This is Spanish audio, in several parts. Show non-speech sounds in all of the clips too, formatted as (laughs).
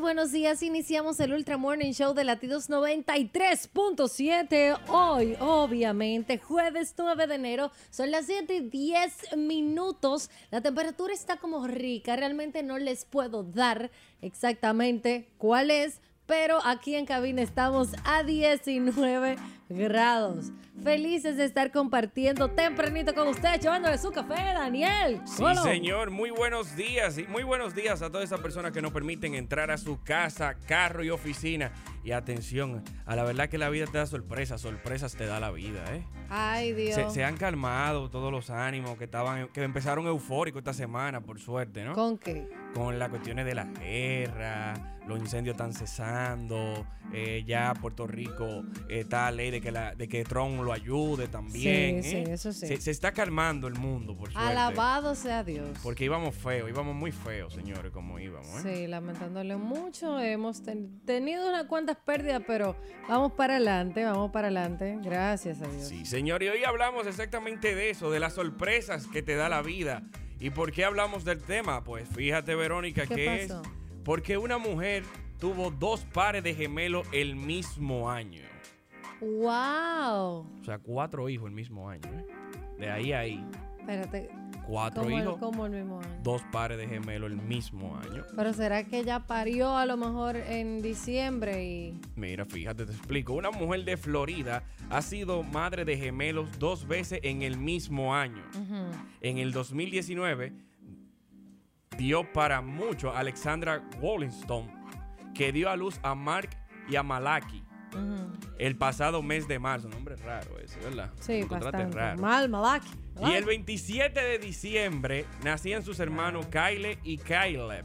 buenos días. Iniciamos el Ultra Morning Show de Latidos 93.7. Hoy, obviamente, jueves 9 de enero, son las 7 y 10 minutos. La temperatura está como rica, realmente no les puedo dar exactamente cuál es, pero aquí en cabina estamos a 19 grados. Felices de estar compartiendo tempranito con ustedes, llevándole su café, Daniel. Sí, Hola. señor, muy buenos días. y Muy buenos días a todas esas personas que nos permiten entrar a su casa, carro y oficina. Y atención, a la verdad que la vida te da sorpresas, sorpresas te da la vida, ¿eh? Ay, Dios. Se, se han calmado todos los ánimos que estaban, que empezaron eufóricos esta semana, por suerte, ¿no? ¿Con qué? Con las cuestiones de la guerra, los incendios están cesando, eh, ya Puerto Rico eh, está a ley de que, la, de que Trump lo ayude también. Sí, ¿eh? sí, eso sí. Se, se está calmando el mundo, por suerte. Alabado sea Dios. Porque íbamos feos, íbamos muy feos, señores, como íbamos. ¿eh? Sí, lamentándole mucho. Hemos ten- tenido unas cuantas pérdidas, pero vamos para adelante, vamos para adelante. Gracias a Dios. Sí, señor, y hoy hablamos exactamente de eso, de las sorpresas que te da la vida. ¿Y por qué hablamos del tema? Pues fíjate, Verónica, ¿Qué que pasó? es porque una mujer tuvo dos pares de gemelos el mismo año. ¡Wow! O sea, cuatro hijos el mismo año. ¿eh? De ahí a ahí, Espérate, cuatro como el, hijos, como el mismo año. dos pares de gemelos el mismo año. Pero será que ella parió a lo mejor en diciembre y. Mira, fíjate, te explico. Una mujer de Florida ha sido madre de gemelos dos veces en el mismo año. Ujú. En el 2019 dio para mucho a Alexandra Wallingston, que dio a luz a Mark y a Malaki Ujú. el pasado mes de marzo. Nombre raro ese, ¿verdad? Sí, Un contrato bastante. raro. Mal, malaki. Y el 27 de diciembre nacían sus hermanos Kyle y Caleb.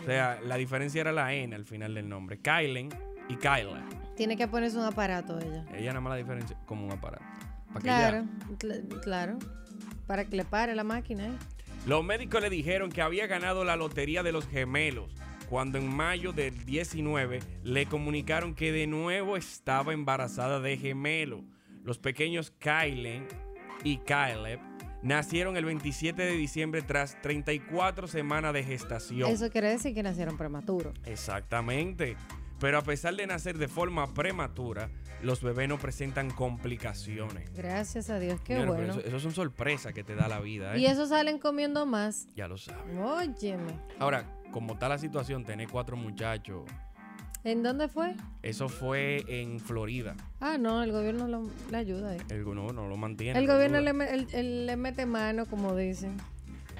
O sea, la diferencia era la N al final del nombre. Kylen y Kyla. Tiene que ponerse un aparato ella. Ella nada más la diferencia como un aparato. Eh, Pa' que ya- Claro, cl- claro. Para que le pare la máquina. ¿eh? Los médicos le dijeron que había ganado la lotería de los gemelos cuando en mayo del 19 le comunicaron que de nuevo estaba embarazada de gemelo. Los pequeños Kylen y Caleb nacieron el 27 de diciembre tras 34 semanas de gestación. Eso quiere decir que nacieron prematuros. Exactamente. Pero a pesar de nacer de forma prematura, los bebés no presentan complicaciones. Gracias a Dios, qué Señora, pero Eso, bueno. eso es una sorpresa que te da la vida. ¿eh? Y esos salen comiendo más. Ya lo sabes. Óyeme. Ahora, como está la situación, tener cuatro muchachos, ¿En dónde fue? eso fue en Florida. Ah, no, el gobierno lo- le ayuda ahí. El gobierno no lo mantiene. El gobierno ayuda. le, me- el- el- le mete mano, como dicen.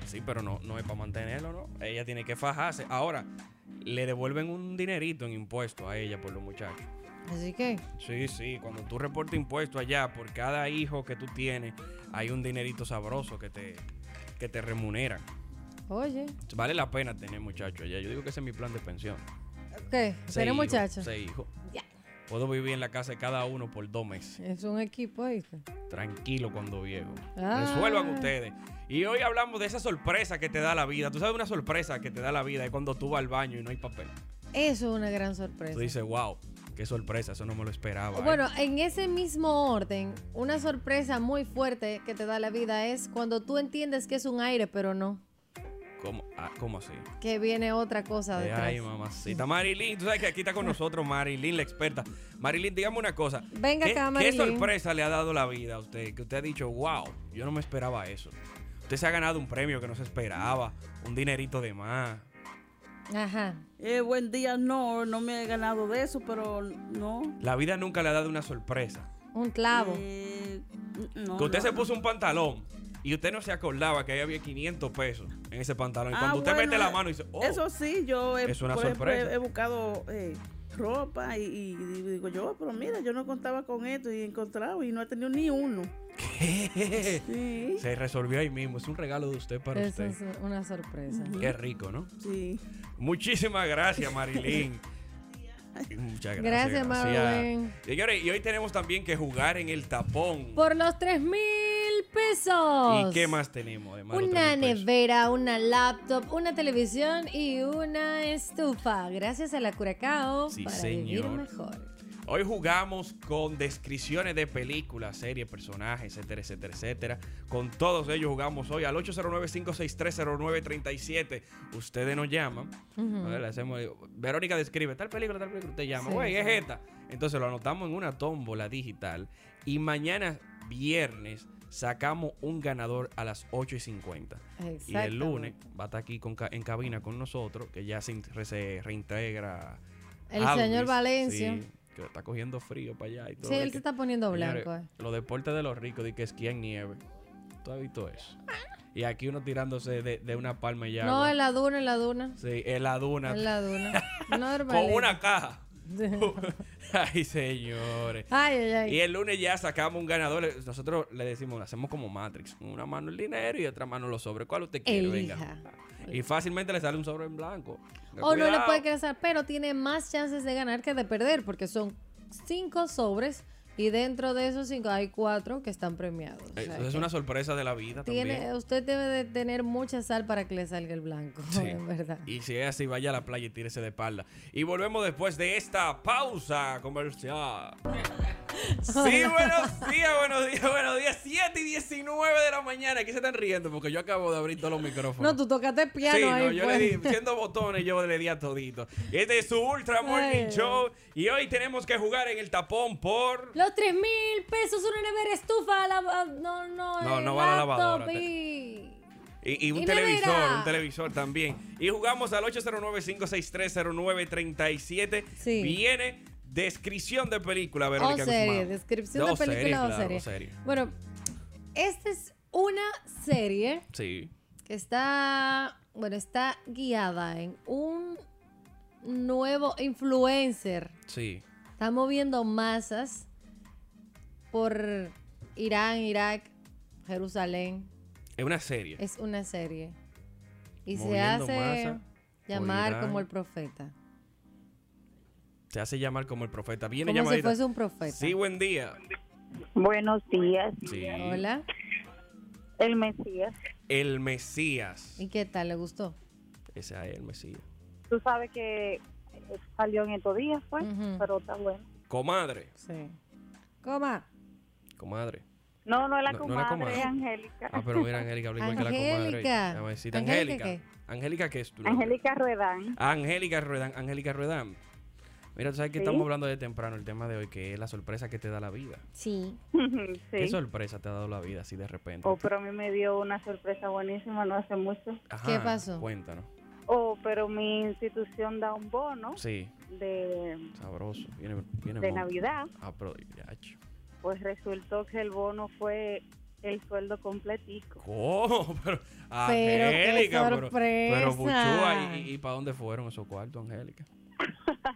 Sí, pero no, no es para mantenerlo, ¿no? Ella tiene que fajarse. Ahora, le devuelven un dinerito en impuestos a ella por los muchachos. Así que, Sí, sí, cuando tú reportas impuestos allá, por cada hijo que tú tienes, hay un dinerito sabroso que te, que te remuneran. oye, Vale la pena tener muchachos allá. Yo digo que ese es mi plan de pensión. ¿qué? Seis Tiene hijos, muchachos. Seis hijos. Ya. Puedo vivir en la casa de cada uno por dos meses. Es un equipo, ¿viste? Tranquilo cuando viejo. Ah. Resuelvan ustedes. Y hoy hablamos de esa sorpresa que te da la vida. Tú sabes una sorpresa que te da la vida es cuando tú vas al baño y no hay papel. Eso es una gran sorpresa. Tú dices, wow, qué sorpresa, eso no me lo esperaba. ¿eh?". Bueno, en ese mismo orden, una sorpresa muy fuerte que te da la vida es cuando tú entiendes que es un aire, pero no, ¿Cómo, Ah, ¿cómo así? que viene otra cosa Eh, detrás. Ay, mamacita. Marilyn, tú sabes que aquí está con nosotros Marilyn, la experta. Marilyn, dígame una cosa. Venga ¿Qué, acá, qué Marilyn. sorpresa le ha dado la vida a usted? Que usted ha dicho, wow, yo no me esperaba eso. Usted se ha ganado un premio que no se esperaba, un dinerito de más. Ajá. Eh, buen día, no, no me he ganado de eso, pero no. La vida nunca le ha dado una sorpresa. Un clavo. Eh, no, Que usted no. se puso un pantalón y usted no se acordaba que ahí había 500 pesos en ese pantalón. Y Ah, cuando usted bueno, mete la mano y dice, oh, (laughs) Eso sí, yo he, Es una por ejemplo, sorpresa. he, he buscado eh, ropa y, y digo yo, pero mira, yo no contaba con esto y he encontrado y no he tenido ni uno. ¿qué? Sí, Se resolvió ahí mismo. Es un regalo de usted para Eso es usted. una sorpresa. Qué rico, ¿no? sí. Muchísimas gracias, (laughs) Marilyn. Muchas gracias. Gracias, Marilyn. Señores, y hoy tenemos también que jugar en el tapón. Por los 3 mil ¿Y pesos. qué más tenemos? Además, de los Una 3.000 pesos? nevera, una laptop, una televisión y una estufa. Gracias a la Curacao Sí, para señor. vivir mejor. Hoy jugamos con descripciones de películas, series, personajes, etcétera, etcétera, etcétera. Con todos ellos jugamos hoy al 809-563-0937. Ustedes nos llaman. A ver, le hacemos, digo, Verónica describe tal película, tal película. Usted llama, Sí, güey, es sí. esta. Entonces lo anotamos en una tómbola digital. Y mañana, viernes, sacamos un ganador a las 8 y 50. Y el lunes va a estar aquí con ca- en cabina con nosotros, que ya se, in- re- se reintegra. El señor Ah, Valencia. sí, que está cogiendo frío para allá y todo. Sí, de él que- se está poniendo Señores, blanco. eh. Los deportes de los ricos, de que esquían nieve. ¿Tú has visto eso? Y aquí uno tirándose de, de una palma ya. No, en la duna, en la duna. Sí, en la duna. En la duna. Normal. (laughs) Con una (laughs) caja. Ay, señores. Ay, ay, ay. Y el lunes ya sacamos un ganador. Nosotros le decimos, hacemos como Matrix. Con Una mano el dinero y otra mano los sobres. ¿Cuál usted quiere? Elija. Venga. Y fácilmente le sale un sobre en blanco. O Oh, no le Cuidado. puede casar, pero tiene más chances de ganar que de perder, porque son cinco sobres y dentro de esos cinco hay cuatro que están premiados. O Eh, sea, eso es que una sorpresa de la vida también. tiene, usted debe de tener mucha sal para que le salga el blanco, Sí. (laughs) en verdad. Y si es así, vaya a la playa y tírese de espalda. Y volvemos después de esta pausa comercial. Sí, (laughs) buenos días, buenos días, buenos días. 7 y 19 de la mañana. Aquí se están riendo porque yo acabo de abrir todos los micrófonos. No, tú tocaste piano Sí, ahí. no, yo pues. le di, siendo botones, yo le di a todito. Este es su Ultra Morning Ay. Show. Y hoy tenemos que jugar en el tapón por. Los tres mil pesos, una nevera, estufa, la- ah, no, no, No, el no va la laptop lavadora, te- y- Y, y un Y televisor, nevera. un televisor también. Y jugamos al 809-563-0937. Sí. Viene descripción de película, O Verónica serie, Guzmán. descripción de No, serie, película claro, o serie. Bueno, esta es una serie Sí. que está, bueno, está guiada en un nuevo influencer. Sí. Está moviendo masas por Irán, Irak, Jerusalén. Es una serie. Es una serie. Y Moviendo se hace masa por llamar Irán. como el profeta. Se hace llamar como el profeta. Viene Como si llamadita. fuese un profeta. Sí, buen día. Buenos días, Sí. Hola. el Mesías. El Mesías. ¿Y qué tal? ¿Le gustó? Ese es el Mesías. Tú sabes que eh, salió en estos días, fue, Ujú. pero está bueno. Comadre. Sí. Coma. Comadre. No, no es la No, no comadre, es la comadre. Angélica. Ah, pero mira, Angélica, habla igual que la comadre. Angélica. Llamecita. ¿Angélica Angélica. Angélica, ¿qué es tu nombre? Angélica Ruedán. Angélica Ruedán, Angélica Ruedán. Mira, tú sabes que Sí. estamos hablando de temprano el tema de hoy, que es la sorpresa que te da la vida. Sí. ¿Qué (laughs) sí. sorpresa te ha dado la vida así de repente? Oh, pero a mí me dio una sorpresa buenísima no hace mucho. Ajá, ¿Qué pasó? Cuéntanos. Oh, pero mi institución da un bono Sí, de, sabroso. Viene, viene de monte. Navidad. Ah, pero ya, ch- Pues resultó que el bono fue el sueldo completico. (laughs) ¿Cómo? (laughs) Pero, qué Angélica, pero, pero sorpresa. Buchúa, ¿y, para dónde fueron esos cuartos, Angélica?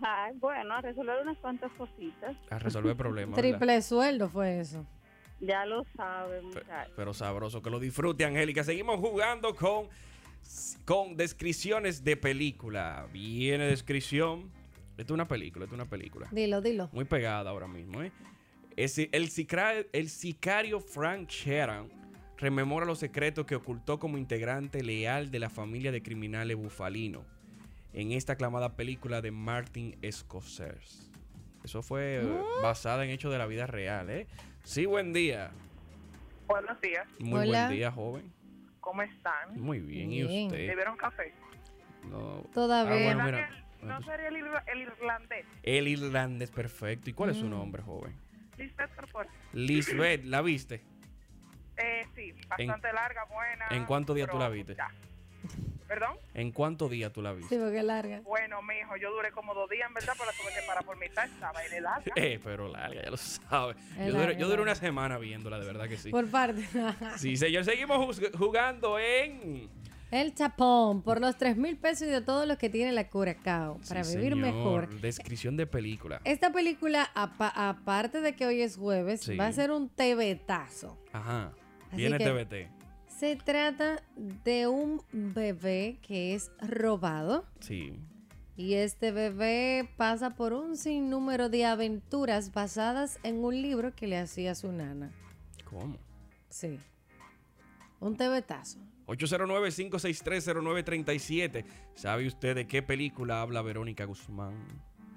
Ay, bueno, a resolver unas cuantas cositas. A resolver problemas. ¿verdad? Triple sueldo fue eso. Ya lo saben, muchachos. Pero sabroso, que lo disfrute, Angélica. Seguimos jugando con, con descripciones de película. Viene descripción. Esto es una película, esto es una película. Dilo, dilo. Muy pegada ahora mismo, ¿eh? Es- el, sicra- el sicario Frank Sheeran rememora los secretos que ocultó como integrante leal de la familia de criminales bufalino en esta aclamada película de Martin Scorsese. Eso fue eh, basada en hechos de la vida real, ¿eh? Sí, buen día. Buenos días, Muy Hola. buen día, joven. ¿cómo están? Muy bien, ¿y Bien. usted? ¿Bebieron café? No. Todavía. Ah, bueno, ¿Verdad mira. que el- no sería el, irla- el irlandés? El irlandés perfecto. ¿Y cuál es su Mm. nombre, joven? Lisbeth Corpora. Lisbeth, ¿la viste? Eh, sí, bastante larga, buena. en cuánto día tú pero la viste? ya. ¿Perdón? ¿En cuánto día tú la viste? Sí, porque es larga. Bueno, mijo, yo duré como dos días, en verdad, pero la tuve que parar por mitad, estaba en el larga. (laughs) Eh, pero larga, ya lo sabes. Es Yo duré, larga, yo duré larga. una semana viéndola, de verdad que sí. Por parte. (laughs) Sí, señor, seguimos juz- jugando en... El chapón por los tres mil pesos y de todo lo que tiene la Curacao para Sí, vivir señor, mejor. Descripción de película. Esta película, apa- aparte de que hoy es jueves, Sí. va a ser un tebetazo. Ajá. Eh, Así Viene que- TBT. Se trata de un bebé que es robado Sí. y este bebé pasa por un sinnúmero de aventuras basadas en un libro que le hacía su nana. ¿Cómo? Sí. Un tebetazo. 809-563-0937. ¿Sabe usted de qué película habla Verónica Guzmán?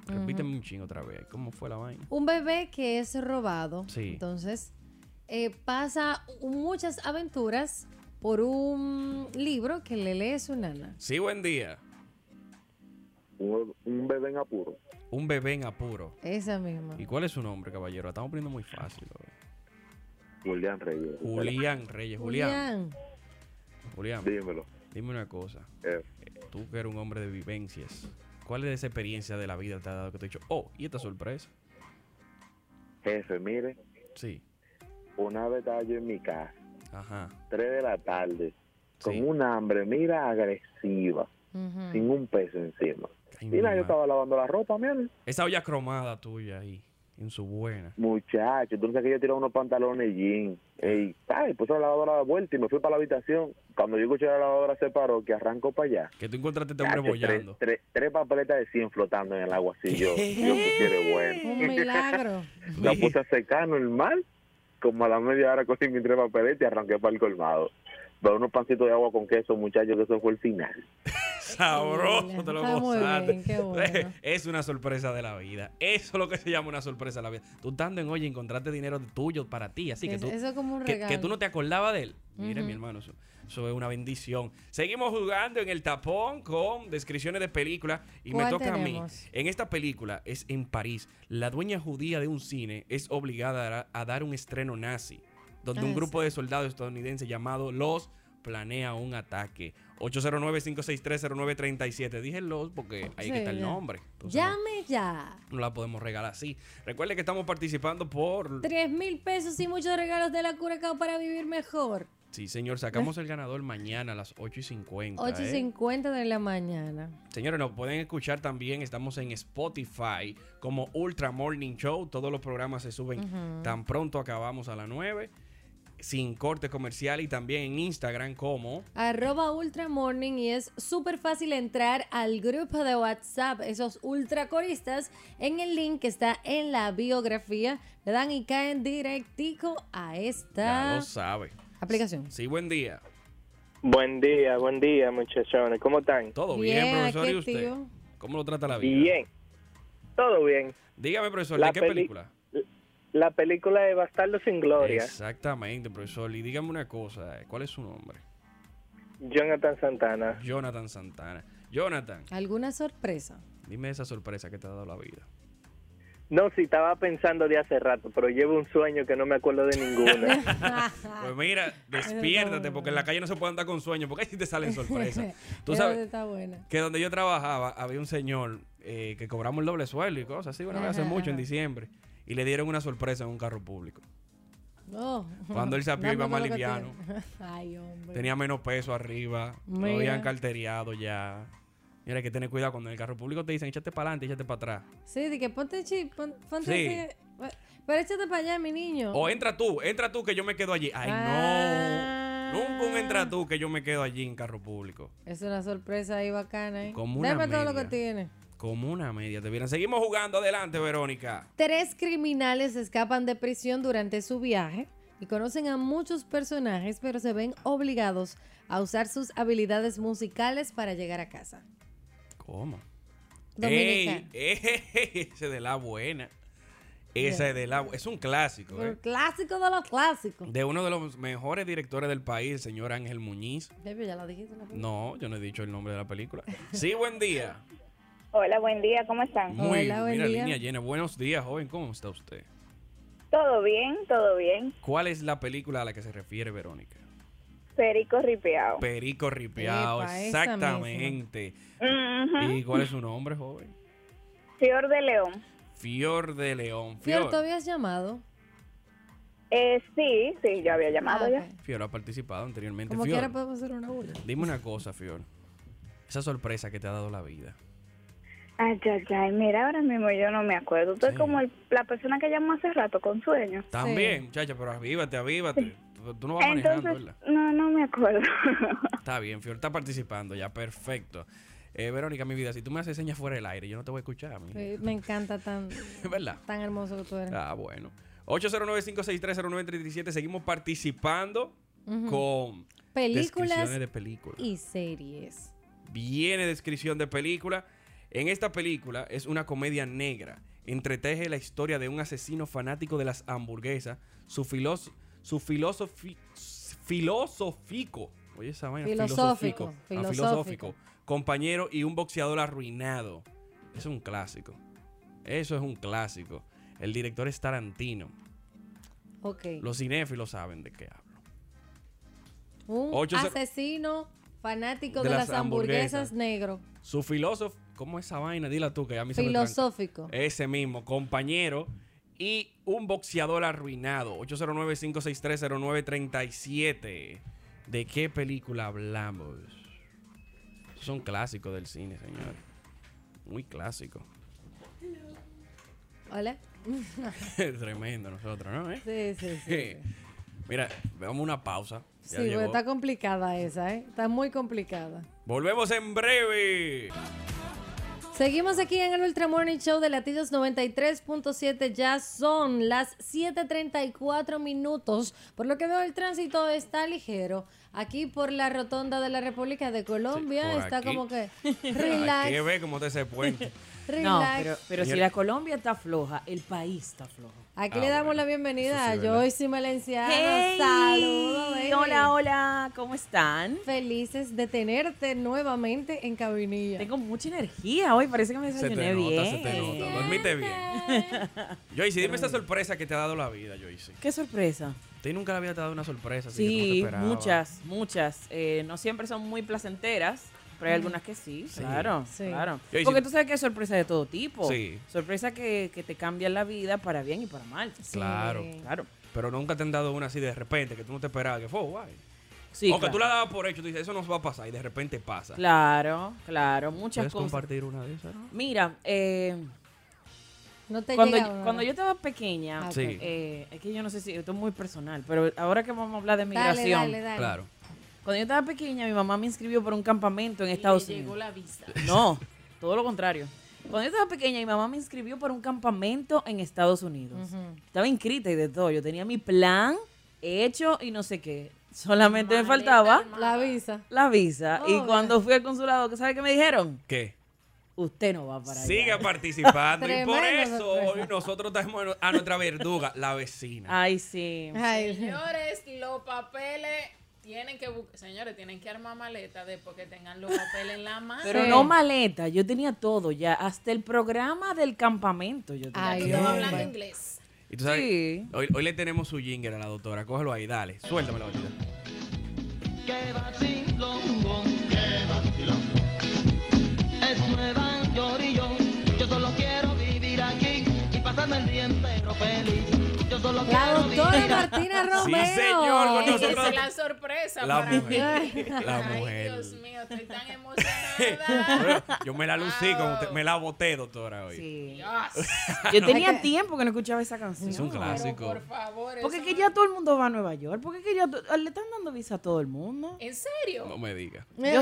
Repíteme un ching otra vez. ¿Cómo fue la vaina? Un bebé que es robado. Sí. Entonces, eh, pasa muchas aventuras por un libro que le lee su nana. Sí, buen día. Un, un bebé en apuro. Un bebé en apuro. Esa misma. ¿Y cuál es su nombre, caballero? La Estamos poniendo muy fácil. hoy. Julián Reyes. Julián Reyes. Julián. Julián, Dímelo. dime una cosa. Eh, Tú que eres un hombre de vivencias. ¿Cuál es esa experiencia de la vida que te ha dado que te ha dicho, oh, y esta sorpresa? jefe, mire, Sí. una vez estaba yo en mi casa, Ajá. 3 de la tarde, con Sí. un hambre, mira, agresiva, Ujú. sin un peso encima. Ay, mi Mira, madre. yo estaba lavando la ropa, mire. Esa olla cromada tuya ahí, en su buena. Muchacho, entonces que yo tiré unos pantalones jean. Ah. Y ay, puse la lavadora de vuelta y me fui para la habitación. Cuando yo escuché la lavadora se paró, que arrancó para allá. Que tú encontraste a este hombre Chacho, tres, bollando. tres, tres papeletas de 100 flotando en el agua así yo. Yo quisiera bueno. Oh, Un milagro. (laughs) La puse a secar normal, como a la media hora cogí mis tres papeletas y arranqué para el colmado. Pero unos pancitos de agua con queso, muchachos, que eso fue el final. Sabroso, te lo Está muy gozaste. (laughs) bien, qué bueno. Es una sorpresa de la vida. Eso es lo que se llama una sorpresa de la vida. Tú estando en olla encontraste dinero tuyo para ti, así que Es- tú, eso es como un que, regalo. que tú no te acordabas de él. Mire, Ujú. mi hermano, eso, eso es una bendición. Seguimos jugando en el tapón con descripciones de películas y me ¿Cuál toca a tenemos? mí. En esta película es en París. La dueña judía de un cine es obligada a, a dar un estreno nazi, donde Ah, un sí. grupo de soldados estadounidenses llamado Los planea un ataque. 809-563-0937. Dije Los porque ahí Sí, que está el ya. nombre. Entonces, no- Llame ya. No la podemos regalar así. Recuerde que estamos participando por... Tres mil pesos y muchos regalos de la Curacao para vivir mejor. Sí, señor. Sacamos el ganador mañana a las 8 y 50. 8 y 50 de la mañana. Señores, nos pueden escuchar también. Estamos en Spotify como Ultra Morning Show. Todos los programas se suben tan pronto acabamos a las 9. Sin corte comercial y también en Instagram como... Arroba Ultra Morning y es súper fácil entrar al grupo de WhatsApp, esos ultracoristas, en el link que está en la biografía. Le dan y caen directico a Ya esta lo sabe. Ah. aplicación. Sí, buen día. Buen día, buen día, muchachones. ¿Cómo están? Todo bien, Bien, profesor. aquí ¿Y usted? activo. ¿Cómo lo trata la vida? Bien. Todo bien. Dígame, profesor, La ¿de qué peli- película? La película de Bastardo sin Gloria, Exactamente, profesor. Y dígame una cosa, eh, ¿cuál es su nombre? Jonathan Santana. Jonathan Santana. Jonathan, ¿Alguna sorpresa? dime esa sorpresa que te ha dado la (laughs) vida. No, si estaba pensando de hace rato, pero llevo un sueño que no me acuerdo de (laughs) ninguna. Ah. Pues mira, despiértate, porque en la calle no se puede andar con sueños, porque ahí sí te salen (laughs) sorpresas. Tú Esa sabes Está buena. que donde yo trabajaba había un señor eh, que cobramos el doble sueldo y cosas así, una vez hace Ajá, mucho, en ajá. diciembre, y le dieron una sorpresa en un carro público. No. Cuando él se apió, Dame iba más con lo que liviano. tiene. (laughs) Ay, hombre. Tenía menos peso arriba, Mira. lo habían carteriado ya. Mira, hay que tener cuidado cuando en el carro público te dicen, échate para adelante, échate para atrás. Sí, de que ponte chip, pon- ponte Sí. así. Pero échate para allá, mi niño. O entra tú, entra tú que yo me quedo allí. Ay, Ah. no. Nunca un entra tú que yo me quedo allí en carro público. Es una sorpresa ahí bacana, ¿eh? Como una Dame todo lo media. que tiene. Como una media te vieron. Seguimos jugando adelante, Verónica. Tres criminales escapan de prisión durante su viaje y conocen a muchos personajes, pero se ven obligados a usar sus habilidades musicales para llegar a casa. ¿Cómo? Dominicana. Ey, ey, (laughs) ese de la buena. Ese de la bu- Es un clásico, Un ¿eh? clásico de los clásicos. De uno de los mejores directores del país, el señor Ángel Muñiz. Baby, ya lo dijiste. ¿no? No, yo no he dicho el nombre de la película. Sí, buen día. Hola, buen día, ¿cómo están? Muy Hola, buen mira, día. línea llena. Buenos días, joven. ¿Cómo está usted? Todo bien, todo bien. ¿Cuál es la película a la que se refiere Verónica? Perico ripeado. Perico Ripiao, Epa, esa exactamente. Ujú. ¿Y cuál es su nombre, joven? Fior de León. Fior de León. Fior, Fior. ¿tú habías llamado? Eh, sí, sí, yo había llamado Ah, ya. ok. Fior ha participado anteriormente. Como Este Fior, quiera pues. podemos hacer una bulla. dime una cosa, Fior. Esa sorpresa que te ha dado la vida. Ay, ay, ay, mira, ahora mismo yo no me acuerdo. Tú Sí. es como el- la persona que llamó hace rato con sueño. También, muchacha, pero avívate, avívate. Tú, tú no vas manejando, Entonces, ¿verdad? no, no me acuerdo. Está bien, Fior está participando ya, perfecto. Eh, Verónica, mi vida, si tú me haces señas fuera del aire, yo no te voy a escuchar a mí. (laughs) Eh, Me encanta tan, ¿Verdad? tan hermoso que tú eres. Ah, bueno. 809-563-0937, seguimos participando con Mm. Películas descripciones de películas. y series. Viene descripción de película. En esta película es una comedia negra. Entreteje la historia de un asesino fanático de las hamburguesas, su, filos- su filosofi- filosófico. Oye, esa vaina, Filosófico, filosófico. Ah, filosófico. filosófico. Compañero y un boxeador arruinado. Es un clásico. Eso es un clásico. El director es Tarantino. Ok. Los cinéfilos saben de qué hablo. Un Ocho se- asesino fanático de, De las las hamburguesas hamburguesas. negro. Su filósofo, ¿cómo es esa vaina? Dila tú que a mí se me tranca. Filosófico. Ese mismo, compañero. Y un boxeador arruinado. 809-563-0937. ¿De qué película hablamos? Son clásicos del cine, señor. Muy clásico. (laughs) ¿Hola? Tremendo nosotros, ¿no? ¿Eh? Sí, sí, sí. (laughs) Mira, vamos a una pausa. Sí, Ya pero llegó. está complicada esa, ¿eh? Está muy complicada. Volvemos en breve. Seguimos aquí en el Ultra Morning Show de Latidos 93.7. Ya son las 7:34 minutos. Por lo que veo, el tránsito está ligero. Aquí por la rotonda de la República de Colombia Sí, por (laughs) está aquí. como que. Hay que Relax. ver cómo te se (laughs) puente. relax. No, pero, pero si Señor- la Colombia está floja, el país está flojo. Aquí Ah, le damos bueno, la bienvenida a eso sí, ¿verdad? Joyce Malenciano. Hey, Saludos, baby. Hola, hola, ¿cómo están? Felices de tenerte nuevamente en Cabinilla. Tengo mucha energía hoy, parece que me Se te desayuné nota, bien. se te nota. Dormiste (laughs) bien. Joyce, dime esta sorpresa que te ha dado la vida, Joyce. Qué sorpresa. Te nunca la había dado una sorpresa. así que como te Sí, esperaba. muchas, muchas. Eh, no siempre son muy placenteras, pero hay algunas que Mm. sí, Sí. claro, Sí. claro. Yo hice- Porque tú sabes que hay sorpresas de todo tipo. Sí. Sorpresas que, que te cambian la vida para bien y para mal. Claro. Claro. Pero nunca te han dado una así de repente que tú no te esperabas que fue guay. Sí, o que claro. tú la dabas por hecho, tú dices, eso nos va a pasar y de repente pasa. claro, claro, muchas ¿Puedes cosas. compartir una de esas? no? Mira, eh, No te cuando, llega yo- una. cuando yo estaba Ah, pequeña, ok. Sí. eh, es que yo no sé si esto es muy personal, pero ahora que vamos a hablar de Dale, migración, dale, dale. Claro. cuando yo estaba pequeña, mi mamá me inscribió por un campamento en Estados Unidos. Llegó la visa. (laughs) No, todo lo contrario. Cuando yo estaba pequeña, mi mamá me inscribió para un campamento en Estados Unidos. Estaba inscrita y de todo. Yo tenía mi plan hecho y no sé qué. Solamente me faltaba La visa. la visa. Obvio. Y cuando fui al consulado, ¿sabe qué me dijeron? ¿Qué? Usted no va para allá. Siga participando. (laughs) y por Tremenda eso sorpresa. hoy nosotros traemos a nuestra verduga, la vecina. Ay, sí. Ay, Señores, los papeles tienen que buscar. Señores, tienen que armar maleta después que tengan los papeles (laughs) en la mano. Pero Sí. no maleta, yo tenía todo ya, hasta el programa del campamento yo tenía. Ay, todo. Yo no, hablando bueno. inglés. Y tú sabes, Sí. hoy, hoy le tenemos su jingle a la doctora. Cógelo ahí, dale. Suéltamelo. ahorita. la doctora Martina Romero. señor, con Esa nosotros. es la sorpresa La para mí. mujer. La Ay, mujer. (laughs) Dios mío, estoy tan emocionada. Bueno, Yo me la lucí con usted. Me la boté, doctora, hoy. Sí. Dios, Yo tenía tiempo que no escuchaba esa canción. Es un pero clásico. por favor. Porque eso es que no- ya todo el mundo va a Nueva York. Porque es que ya to- ah, le están dando visa a todo el mundo. ¿En serio? No me diga. Mira, Yo-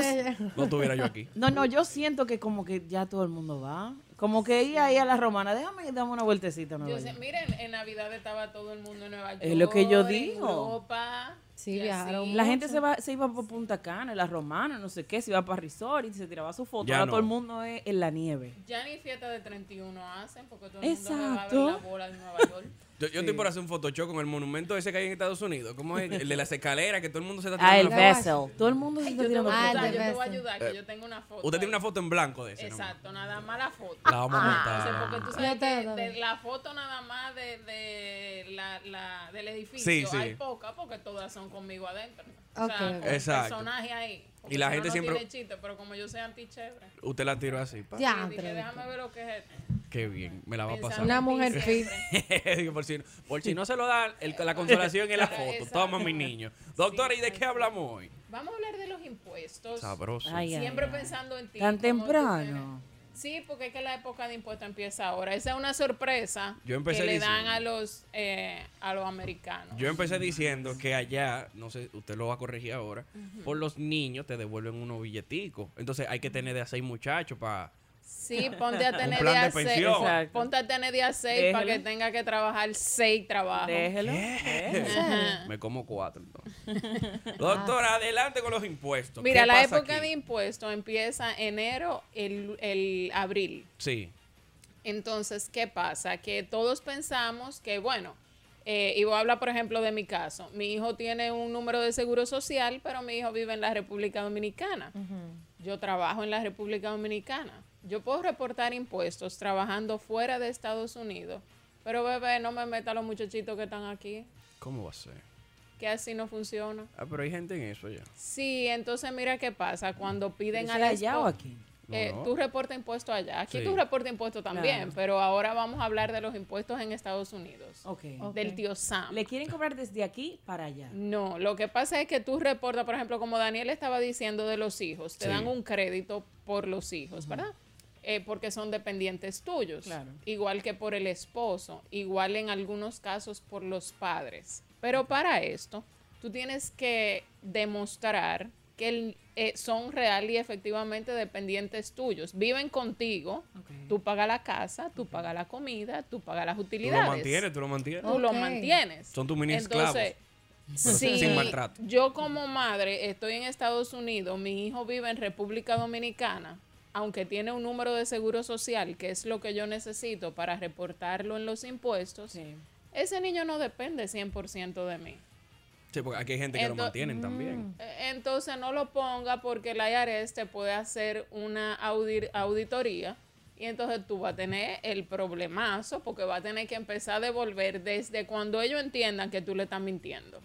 No estuviera yo aquí. No, no, yo siento que como que ya todo el mundo va. Como que ir ahí a la romana, déjame ir, dame una vueltecita a Nueva Dios, York. miren, en Navidad estaba todo el mundo en Nueva York. Es lo que yo en digo. Europa. Sí, y así. viajaron. La gente se, va, se iba por Punta Cana, la romana, no sé qué, se iba para Resort y se tiraba su foto. Ya Ahora no. todo el mundo es en la nieve. Ya ni fiesta de 31 hacen porque todo el mundo me va a ver Exacto. la bola en Nueva York. Yo, yo estoy por hacer un photoshow con el monumento ese que hay en Estados Unidos. ¿Cómo es? El de las escaleras que todo el mundo se está Ah, el tirando. la foto. Eh, Vessel. Todo el mundo se Yo está te tirando voy a Ah, fotos. Este ayudar, de yo te voy a beso. ayudar, que yo tengo una foto. Usted tiene ahí. una foto en blanco de ese. ¿no? Exacto, nada más la foto. La vamos a montar. Entonces, porque tú Ya sabes está, que ya está. de la foto nada más de, de la, la- del edificio Sí, sí. hay poca porque todas son conmigo adentro. O Ok. sea, con Exacto. personaje ahí. Porque Y la si no, gente no siempre- tiene chiste, pero como yo soy antichévere, Ah, Usted la tiró así. pa. Ya, dije, pero- déjame ver lo que es esto. Qué bien. Me la va a pasar. Pensando Una en ti mujer fit. (laughs) siempre. Digo, por, si, no- por si no se lo dan, el- la consolación es (laughs) la Claro, foto. exacto. Toma, mi niño. Doctora, ¿y de qué hablamos hoy? Vamos a hablar de los impuestos. Sabroso. Ay, ay, Siempre ay. pensando en ti. Tan como tú temprano. tienes. Sí, porque es que la época de impuestos empieza ahora. Esa es una sorpresa Yo empecé que le diciendo- dan a los eh, a los americanos. Yo empecé diciendo que allá, no sé, usted lo va a corregir ahora, por los niños te devuelven unos billeticos. Entonces hay que tener de a seis muchachos para Sí, ponte a (laughs) Un tener plan de día 6. pensión. Exacto. Ponte a tener día 6 para que Déjelo. tenga que trabajar 6 trabajos. (laughs) Déjelo. Ajá. Ah. Me como cuatro. entonces. Doctora, adelante con los impuestos. Mira, ¿Qué la pasa época aquí? de impuestos empieza enero, el, el abril. Sí. Entonces, ¿qué pasa? Que todos pensamos que, bueno, eh, y voy a hablar, por ejemplo, de mi caso. Mi hijo tiene un número de seguro social, pero mi hijo vive en la República Dominicana. Yo trabajo en la República Dominicana. Yo puedo reportar impuestos trabajando fuera de Estados Unidos, pero bebé, no me meta a los muchachitos que están aquí, ¿Cómo va a ser? que así no funciona. Ah, pero hay gente en eso ya. Sí, entonces mira qué pasa cuando piden ¿Eso a es la allá espo- o aquí? No, Eh, no. Tú reportas impuestos allá. Aquí Sí. tú reportas impuestos también, Claro. pero ahora vamos a hablar de los impuestos en Estados Unidos. Ok. Del tío Sam. ¿Le quieren cobrar desde aquí para allá? No, lo que pasa es que tú reportas, por ejemplo, como Daniel estaba diciendo de los hijos, te Sí. dan un crédito por los hijos, ¿verdad? Eh, porque son dependientes tuyos, Claro. igual que por el esposo, igual en algunos casos por los padres. Pero para esto, tú tienes que demostrar que el- eh, son real y efectivamente dependientes tuyos. Viven contigo, tú pagas la casa, tú pagas la comida, tú pagas las Tú lo utilidades. mantienes, tú lo mantienes. Tú lo mantienes. Son tus mini Entonces, esclavos. sí, Sin maltrato. yo como madre estoy en Estados Unidos, mi hijo vive en República Dominicana, aunque tiene un número de seguro social, que es lo que yo necesito para reportarlo en los impuestos, ese niño no depende 100% de mí. Sí, porque aquí hay gente que lo Ento- mantienen también. Eh, Entonces no lo ponga porque la IRS te puede hacer una audi- auditoría y entonces tú vas a tener el problemazo porque va a tener que empezar a devolver desde cuando ellos entiendan que tú le estás mintiendo.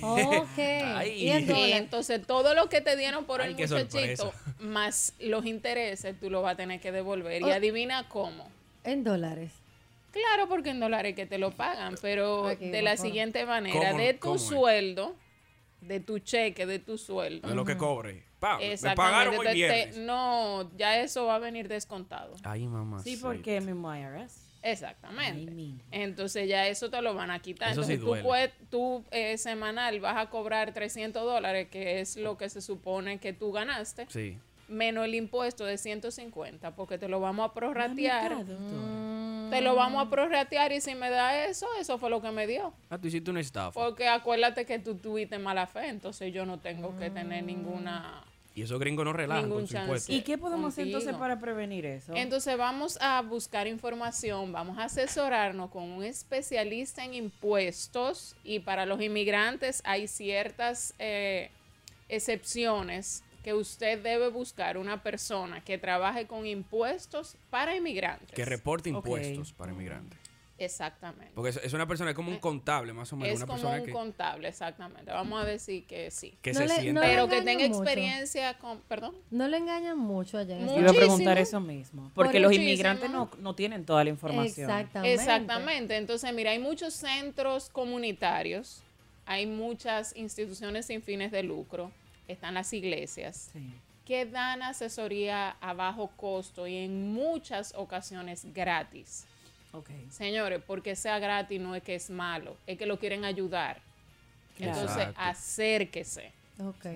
Ok. Ay. Y el dólar. Y entonces todo lo que te dieron por Ay, el qué muchachito sorpresa. más los intereses tú lo vas a tener que devolver. Oh. Y adivina cómo. En dólares. Claro, porque en dólares que te lo pagan, pero Aquí, de la mejor. siguiente manera, ¿Cómo- de tu cómo es? sueldo, de tu cheque, de tu sueldo. De lo que cobre. Pa, me Exactamente, pagaron hoy te- te- viernes. no, ya eso va a venir descontado. Ay, mamá. Sí, porque mismo IRS. Exactamente. Entonces ya eso te lo van a quitar. Eso sí Entonces tú, duele. puedes, tú eh, semanal vas a cobrar 300 dólares, que es lo que se supone que tú ganaste, Sí. menos el impuesto de 150, porque te lo vamos a prorratear. Mm. Te lo vamos a prorratear y si me da eso, eso fue lo que me dio. Ah, tú hiciste una estafa. Porque acuérdate que tú tuviste mala fe, entonces yo no tengo que tener ninguna... Y esos gringos no relajan Ningún con su chance. impuesto. ¿Y qué podemos hacer entonces Contigo. para prevenir eso? Entonces vamos a buscar información, vamos a asesorarnos con un especialista en impuestos y para los inmigrantes hay ciertas eh, excepciones que usted debe buscar una persona que trabaje con impuestos para inmigrantes. Que reporte Ok. impuestos para inmigrantes. Exactamente. Porque es- es una persona, es como un contable, más o menos. Eh, Es una como persona un que. contable, exactamente. Vamos a decir que sí. Que No se le- sienta- no le Pero que engañen tenga mucho. experiencia con... Perdón. No le engañan mucho allá en Mucho. Estados Iba a Unidos. preguntar eso mismo. Porque los Muchísimo. inmigrantes no, no tienen toda la información. Exactamente. Entonces, mira, hay muchos centros comunitarios, hay muchas instituciones sin fines de lucro, están las iglesias, que dan asesoría a bajo costo y en muchas ocasiones gratis. Eh, Señores, porque sea gratis no es que es malo, es que lo quieren ayudar. Claro. Entonces, Exacto. acérquese.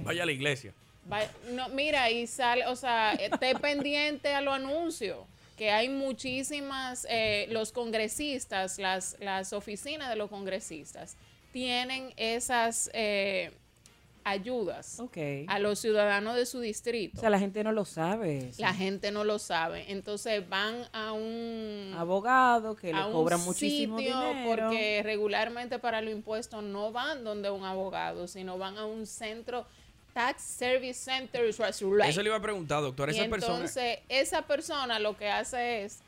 Vaya a la iglesia. Va- no, mira, y sale, o sea, (laughs) esté pendiente a los anuncios, que hay muchísimas, eh, los congresistas, las, las oficinas de los congresistas, tienen esas eh, ayudas Ok. a los ciudadanos de su O distrito. sea, la gente no lo sabe. La gente no lo sabe. Entonces van a un Abogado que a le un cobra muchísimo sitio, dinero. Porque regularmente para los impuestos no van donde un abogado, sino van a un centro, Tax Service Center. Eso le iba a preguntar, doctor. Y Esa persona. entonces, esa persona lo que hace es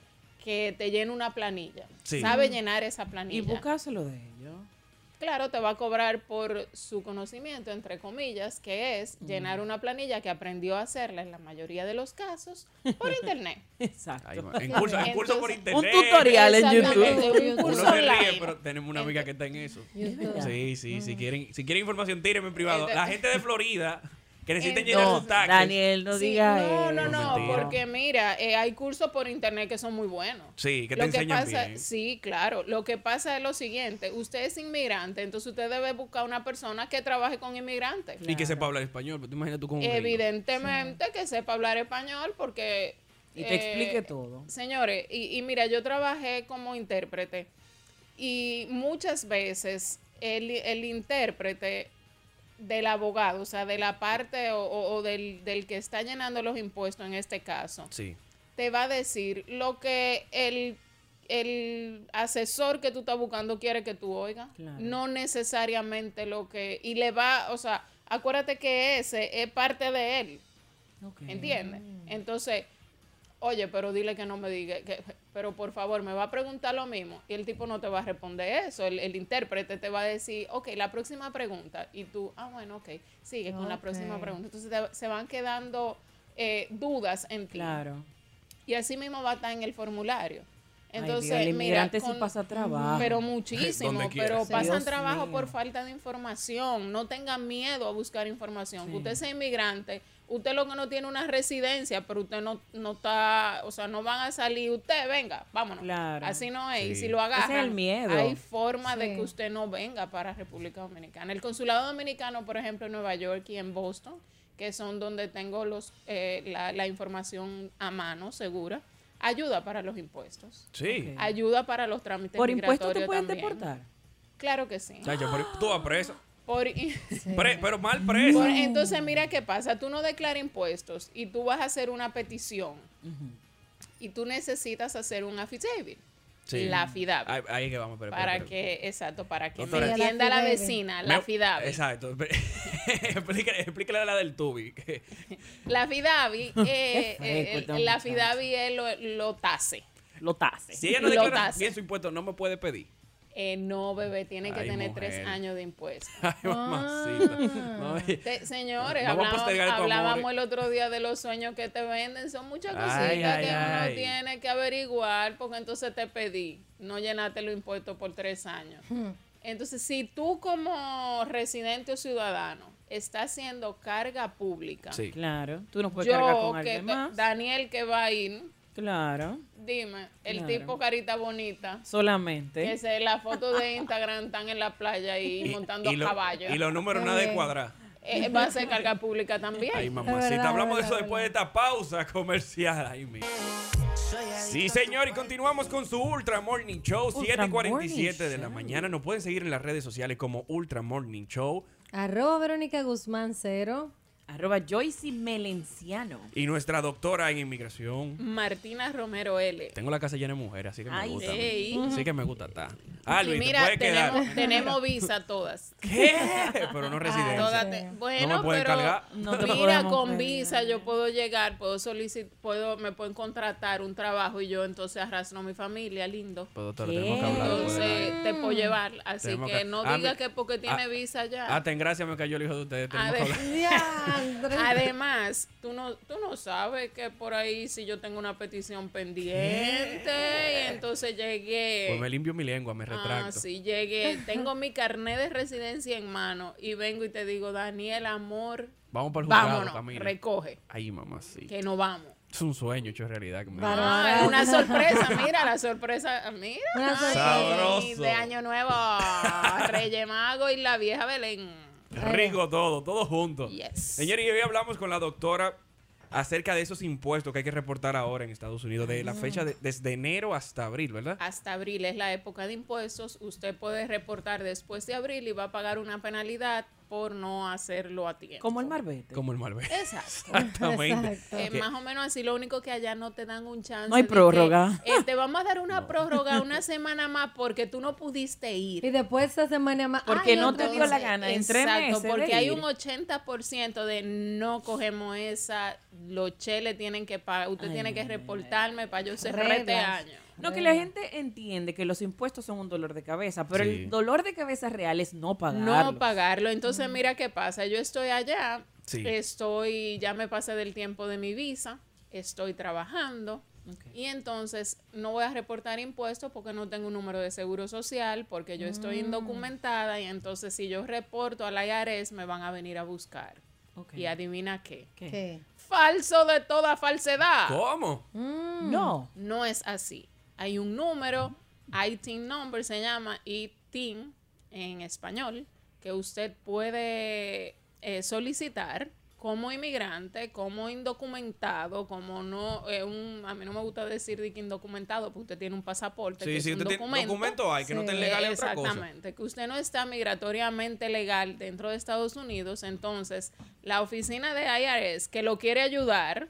que te llene una planilla. Sí. Sabe llenar esa planilla. Y buscárselo de ellos. (laughs) Claro, te va a cobrar por su conocimiento, entre comillas, que es llenar una planilla que aprendió a hacerla en la mayoría de los (laughs) casos por internet. Exacto. En curso, en curso por Entonces, internet. un tutorial en Exactamente, YouTube. un Uno curso se ríe, online. Mm. pero tenemos una amiga que está en eso. YouTube. Sí, sí, si quieren, si quieren información, tírenme en privado. Entonces- La gente de Florida que necesiten Entonces- llenar No, sus taxes. Daniel, no Sí, diga no, eso. no, no, Mentira. porque mira, eh, hay cursos por internet que son muy buenos. Sí, que te Lo que enseñan pasa, bien. sí, claro. Lo que pasa es lo siguiente: usted es inmigrante, entonces usted debe buscar una persona que trabaje con inmigrantes. Y que sepa hablar español. Pero tú imaginas tú con un gringo. Evidentemente que sepa hablar español, porque Y te explique eh, todo. Señores, y, y mira, yo trabajé como intérprete y muchas veces el, el intérprete del abogado, o sea, de la parte o, o- o del, del que está llenando los impuestos en este caso, Sí. te va a decir lo que el, el asesor que tú estás buscando quiere que tú oigas. Claro. No necesariamente lo que... Y le va, o sea, acuérdate que ese es parte de él. ¿Entiendes? Entonces, oye, pero dile que no me diga, que- pero por favor, me va a preguntar lo mismo. Y el tipo no te va a responder eso. El, el intérprete te va a decir, ok, la próxima pregunta. Y tú, ah, bueno, ok, sigue con la próxima Ok. pregunta. Entonces te- se van quedando eh, dudas en ti. Claro. Y así mismo va a estar en el formulario. Ay, Dios, Entonces, el mira, inmigrante sí con- pasa trabajo. Pero muchísimo, Donde quiera. pero Sí. pasan Dios trabajo mío. por falta de información. No tengan miedo a buscar información. Sí. Que usted sea inmigrante, usted lo que no tiene una residencia, pero usted no, no está, o sea, no van a salir. Usted, venga, vámonos. Claro. Así no es. Y Sí. si lo Ese es agarran, el miedo. hay forma de Sí. que usted no venga para República Dominicana. El consulado dominicano, por ejemplo, en Nueva York y en Boston, que son donde tengo los eh, la, la información a mano segura, ayuda para los impuestos. Sí. Ayuda para los trámites Por impuestos te migratorios pueden también. deportar. Claro que sí. Chacho, pero tú vas presa. Por, (laughs) i- Pre- pero mal presa. por- entonces, mira qué pasa. Tú no declaras impuestos y tú vas a hacer una petición y tú necesitas hacer un affidavit. Sí. La affidavit. Ahí, ahí es que vamos. espera, para espera, espera. que, exacto, para que Doctora. me entienda la affidavit. vecina, la Me- affidavit. Exacto. (laughs) explícale, explícale la del tubi. (laughs) La affidavit, eh, Qué eh, fresco el- este la muchacho. affidavit es lo, lo tase. Lo tase. si ella no Lo declara tasa. bien su impuesto, no me puede pedir. Eh, no, bebé, tiene que Ay, tener mujer. tres años de impuestos. (laughs) Ay, mamacita. Mm. No, eh. (laughs) Te- señores, Vamos a hablamos- postergar tu amor, hablábamos eh. el otro día de los sueños que te venden. Son muchas Ay, cositas ay, que uno ay. tiene que averiguar porque entonces te pedí, no llenaste los impuestos por tres años. Hmm. Entonces, si tú como residente o ciudadano estás haciendo carga pública, Sí. Claro. Tú no puedes cargar yo con que alguien ta- más. Daniel que va a ir, Claro. dime, el Claro. tipo carita bonita. Solamente. Que se la foto de Instagram están en la playa y, montando (laughs) y lo- caballos. y los números nada de También. cuadrar. Eh, va a ser carga pública también. Ay, mamacita, hablamos de eso después de esta pausa comercial. Ay, mi. Sí, señor, y continuamos con su Ultra Morning Show, Ultra 7:47 de la Morning mañana. Nos pueden seguir en las redes sociales como Ultra Morning Show Arroba Verónica Guzmán Cero. Arroba Joyce Melenciano. y nuestra doctora en inmigración. Martina Romero L. Tengo la casa llena de mujeres, así que me Ay, gusta. a mí. ey. Así que me gusta estar. Ah, Luis, y te mira, puedes quedar. (laughs) tenemos, Ah, tenemos visa todas. ¿Qué? Pero no residencia. Todas te- bueno, me pueden pero cargar. No te mira, podemos con pedir. visa yo puedo llegar, puedo solicitar, puedo, me pueden contratar un trabajo y yo entonces arrastro a mi familia, lindo. Pero, doctora, tenemos que hablar después del aire. Entonces te puedo llevar. Así Tenemos que, que- no Ah, digas mi- que porque tiene ah, visa ya. (laughs) Ah, ten gracias, me cayó el hijo de ustedes. Tenemos que Ade- hablar. Además, tú no, tú no sabes que por ahí si yo tengo una petición pendiente y entonces llegué. Pues me limpio mi lengua, me retracto. Ah, sí, llegué. Tengo mi carnet de residencia en mano y vengo y te digo, Daniel, amor, Vamos para el juzgado, vámonos, Camila. recoge, Ay, mamá, sí. que no vamos. Es un sueño hecho realidad. que me- Ah, es una sorpresa, mira, la sorpresa, mira. Una ay, sorpresa. De Año Nuevo, Reyes Mago y la vieja Belén. Rico todo, todo junto. Yes. Señores, y hoy hablamos con la doctora acerca de esos impuestos que hay que reportar ahora en Estados Unidos, de la Mm. fecha de- desde enero hasta abril, ¿verdad? hasta abril es la época de impuestos. Usted puede reportar después de abril y va a pagar una penalidad por no hacerlo a tiempo. Como el marbete. Como el Malbec. Eh, Exacto. (laughs) Exactamente. Eh, Que- más o menos así, lo único que allá no te dan un chance. No hay de que, prórroga. eh, te vamos a dar una prórroga una semana más porque tú no pudiste ir. Y después esa semana más. Porque ay, no te otra vez. dio la gana. En tres Exacto, meses de porque hay ir. un 80% de no cogemos esa, los cheles tienen que pagar, usted tiene que reportarme para yo cerrar este Reglas. año. No, que la gente entiende que los impuestos son un dolor de cabeza, pero Sí. el dolor de cabeza real es no pagarlo. no pagarlo. Entonces, mira qué pasa. Yo estoy allá, Sí. estoy, ya me pasé del tiempo de mi visa, estoy trabajando. Y entonces no voy a reportar impuestos porque no tengo un número de seguro social, porque yo estoy Mm. indocumentada y entonces si yo reporto a la IARES me van a venir a buscar. Y adivina qué. ¿Qué? Falso de toda falsedad. ¿Cómo? No. No es así. Hay un número, ITIN number se llama, ITIN en español, que usted puede eh, solicitar como inmigrante, como indocumentado, como no, eh, un- a mí no me gusta decir de que indocumentado, porque usted tiene un pasaporte. Sí, que es sí, un usted tiene- documento hay, que no Sí. está ilegal es otra cosa. Exactamente, que usted no está migratoriamente legal dentro de Estados Unidos, entonces la oficina de IRS que lo quiere ayudar,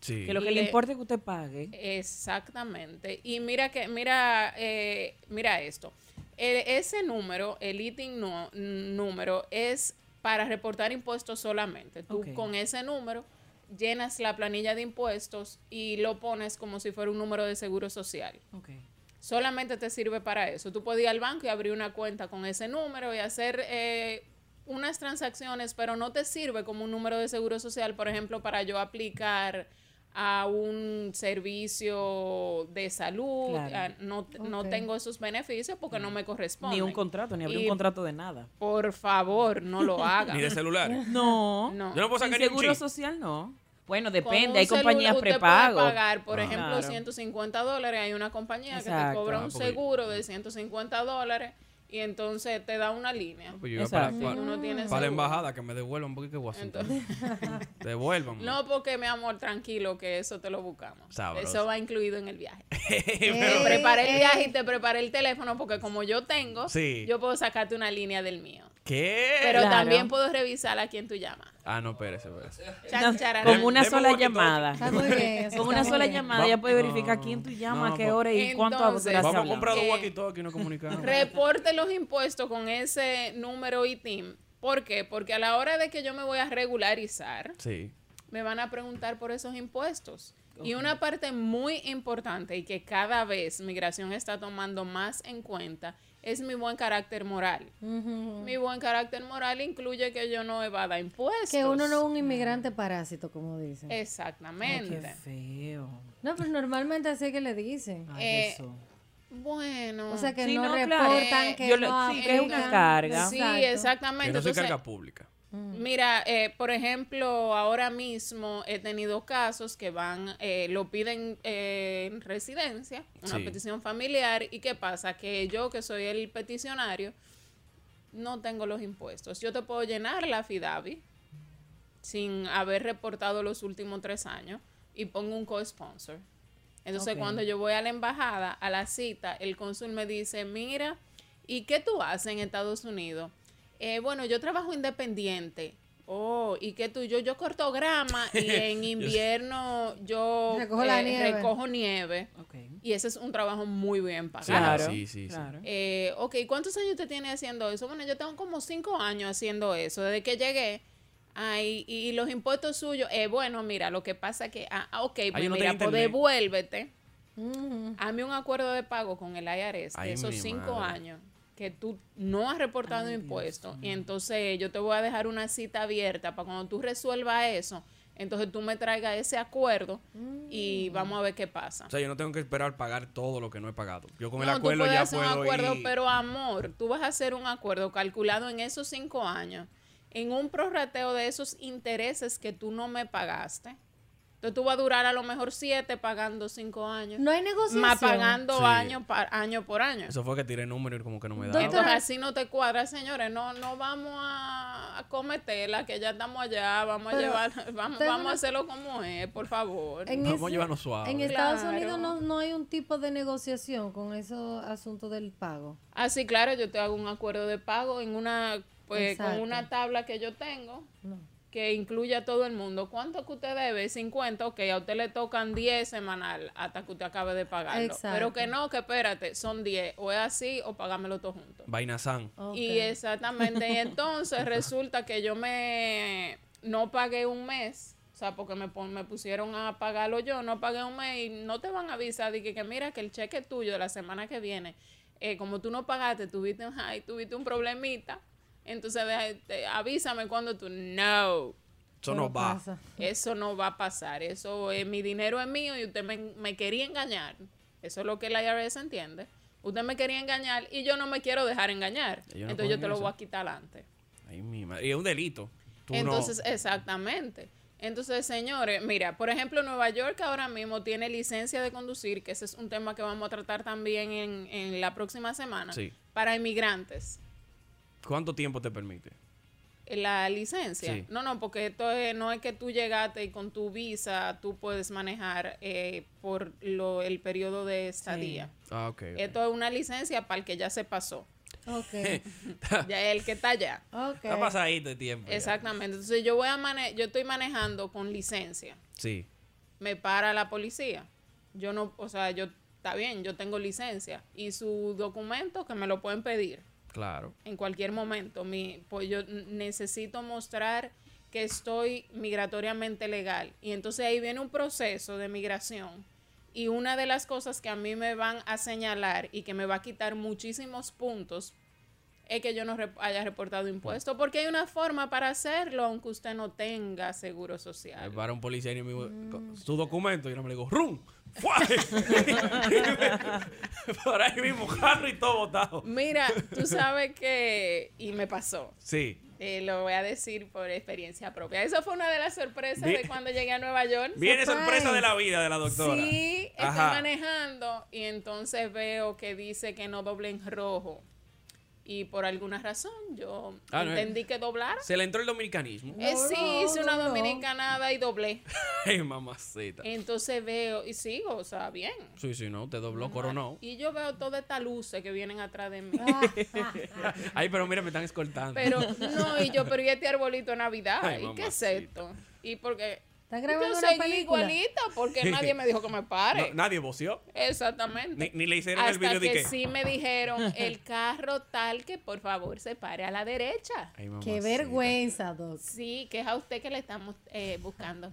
Que lo que Le- le Eh. importa es que usted pague. Exactamente. Y mira que, mira, eh, mira esto. E- ese número, el ITIN no, número, es para reportar impuestos solamente. Tú Ok. con ese número llenas la planilla de impuestos y lo pones como si fuera un número de seguro social. Solamente te sirve para eso. Tú podías ir al banco y abrir una cuenta con ese número y hacer eh, unas transacciones, pero no te sirve como un número de seguro social, por ejemplo, para yo aplicar a un servicio de salud. Claro. a- no, no Ok. tengo esos beneficios porque no me corresponde. Ni un contrato, ni abrir un Y contrato de nada. Por favor, no (laughs) lo hagan. Ni de celulares. No. No. Yo no puedo Sin sacar ni un seguro chip. social no. Bueno, Con depende, un hay compañías celular usted puede prepago. pagar, por Ah. ejemplo, Claro. 150 dólares. Hay una compañía que te Exacto. cobra Ah, un porque- seguro de 150 dólares y entonces te da una línea. Pues yo iba para, Si para- Mm. uno tiene para la seguro. embajada que me devuelvan porque qué Washington. (laughs) Devuelvan. (laughs) No, porque mi amor, tranquilo, que eso te lo buscamos. Sabroso. Eso va incluido en el (laughs) viaje. te preparé Eh, el viaje y te preparé el teléfono porque como yo tengo, Sí. Eh, yo puedo sacarte una línea del mío. ¿Qué? Pero también puedo revisar a quien tú llamas. Ah, no, espérese, espérese. Chan, No, chararán. Con una sola llamada. Está muy bien, eso Con está una muy sola bien. llamada, ella puede verificar quién tú llamas, qué hora y cuánto Entonces, duras Vamos a hablando. comprar dos Eh, walkie-talkie y nos comunicamos. reporte los impuestos con ese número ITIM. ¿Por qué? Porque a la hora de que yo me voy a regularizar, Sí. me van a preguntar por esos impuestos. Y una parte muy importante y que cada vez migración está tomando más en cuenta es mi buen carácter moral. Oh. Mi buen carácter moral incluye que yo no evada impuestos. Que uno no es un inmigrante parásito, como dicen. Exactamente. feo. No, pero normalmente así que le dicen. Eh, bueno. O sea, que Sí, no, claro. reportan, Eh, que yo no lo- sí, aplican. Sí, Exacto. exactamente. Que no se Entonces, carga pública. Mm. Mira, eh, por ejemplo, ahora mismo he tenido casos que van, eh, lo piden eh, en residencia, una Sí. petición familiar, y ¿qué pasa? Que yo, que soy el peticionario, no tengo los impuestos. Yo te puedo llenar la FIDAVI sin haber reportado los últimos tres años y pongo un co-sponsor. Entonces, Ok. cuando yo voy a la embajada, a la cita, el cónsul me dice, mira, ¿y qué tú haces en Estados Unidos? "Eh, bueno, yo trabajo independiente. Oh, ¿y qué tú? Yo, yo corto grama (laughs) y en Yo- invierno yo Recojo la eh, nieve. recojo nieve. Y ese es un trabajo muy bien pagado. Claro, sí, sí, sí. claro. Eh, ok, ¿cuántos años te tiene haciendo eso? Bueno, yo tengo como cinco años haciendo eso, desde que llegué. Ay, y los impuestos suyos, eh, bueno, mira, lo que pasa que, ah, ah, ok, pues yo no tengo mira, pues internet. devuélvete. Hazme un acuerdo de pago con el IRS de Ay, esos mi cinco madre. años que tú no has reportado impuestos. Y entonces yo te voy a dejar una cita abierta para cuando tú resuelvas eso, entonces tú me traigas ese acuerdo y vamos a ver qué pasa. Mm. O sea, yo no tengo que esperar pagar todo lo que no he pagado. Yo con el No, tú acuerdo puedes ya hacer puedo un acuerdo, ir. pero amor, tú vas a hacer un acuerdo calculado en esos cinco años, en un prorrateo de esos intereses que tú no me pagaste. Entonces tú vas a durar a lo mejor siete pagando cinco años. No hay negociación. Más pagando Sí. año, pa- año por año. Eso fue que tiré número y como que no me da. Entonces así no te cuadra, señores. No, no vamos a, a cometerla, que ya estamos allá. Vamos a Pero, llevar, (laughs) vamos, tengo vamos una- a hacerlo como es, por favor. En ese- En Estados Unidos no, no hay un tipo de negociación con esos asuntos del pago. Ah, sí, claro, yo te hago un acuerdo de pago en una, pues, con Exacto. una tabla que yo tengo No. que incluya a todo el mundo. ¿Cuánto que usted debe? 50, ok, a usted le tocan 10 semanal hasta que usted acabe de pagarlo. Exacto. Pero que no, que espérate, son 10, o es así o pagámelo todo junto. Vaina san. Y exactamente, y entonces resulta que yo me no pagué un mes, o sea, porque me, pon- me pusieron a pagarlo yo, no pagué un mes y no te van a avisar de que, que mira que el cheque tuyo de la semana que viene, eh, como tú no pagaste, tuviste, un- ay, tuviste un problemita, entonces deja- te- avísame cuando tú, no. Eso no va. Eso no va a pasar, eso es mi dinero es mío y usted me, me quería engañar, eso es lo que la IRS entiende. Usted me quería engañar y yo no me quiero dejar engañar. Ellos no Entonces yo cogen te lo eso. voy a quitar antes. Ay, mi madre. Y es un delito. Tú no- Entonces, eh, exactamente. Entonces, señores, mira, por ejemplo, Nueva York ahora mismo tiene licencia de conducir, que ese es un tema que vamos a tratar también en, en la próxima semana, Sí. para inmigrantes. ¿Cuánto tiempo te permite? la licencia. Sí. No, no, porque esto es- no es que tú llegaste y con tu visa tú puedes manejar eh, por lo, el periodo de estadía. Ah, ok. ok. Esto es una licencia para el que ya se pasó. Ok. (laughs) ya el que está allá. Está pasadito de tiempo. ya. Exactamente. Entonces yo voy a mane yo estoy manejando con licencia. Sí. Me para la policía. Yo no, o sea, yo está bien, yo tengo licencia y su documento que me lo pueden pedir Claro. en cualquier momento. Mi, pues yo n- necesito mostrar que estoy migratoriamente legal. Y entonces ahí viene un proceso de migración. Y una de las cosas que a mí me van a señalar y que me va a quitar muchísimos puntos es que yo no rep- haya reportado impuestos. Porque hay una forma para hacerlo, aunque usted no tenga seguro social. Me para un policía y me digo, Mm. su documento. Y yo no me digo, ¡rum! ¡Fua! (laughs) Por ahí mismo, jarro y todo botado. Mira, tú sabes (laughs) que... Y me pasó. Sí. Eh, lo voy a decir por experiencia propia. Esa fue una de las sorpresas Vi- de cuando llegué a Nueva York. Viene sorpresa de la vida de la doctora. Sí, estoy Ajá. manejando y entonces veo que dice que no doble en rojo. Y por alguna razón yo Ah, no, entendí que doblar. Se le entró el dominicanismo. sí, hice una dominicanada y doblé. (laughs) Ay, mamacita. Eh. Entonces veo y sigo, o sea, bien. Sí, sí, no, te dobló, coronó. Y yo veo todas estas luces que vienen atrás de mí. Ah. Ay, pero mira, me están escoltando. (laughs) Pero no, y yo, pero ¿y este arbolito de Navidad? Ay, ¿Y qué es esto? Y porque grabando yo una seguí película? igualita porque nadie me dijo que me pare. No, nadie voció. Exactamente. Ni, ni le hicieron el Hasta video de que que. sí me dijeron el carro tal que por favor se pare a la derecha. Ay, mamá. Qué vergüenza, Doc. Sí, que es a usted que le estamos eh, buscando.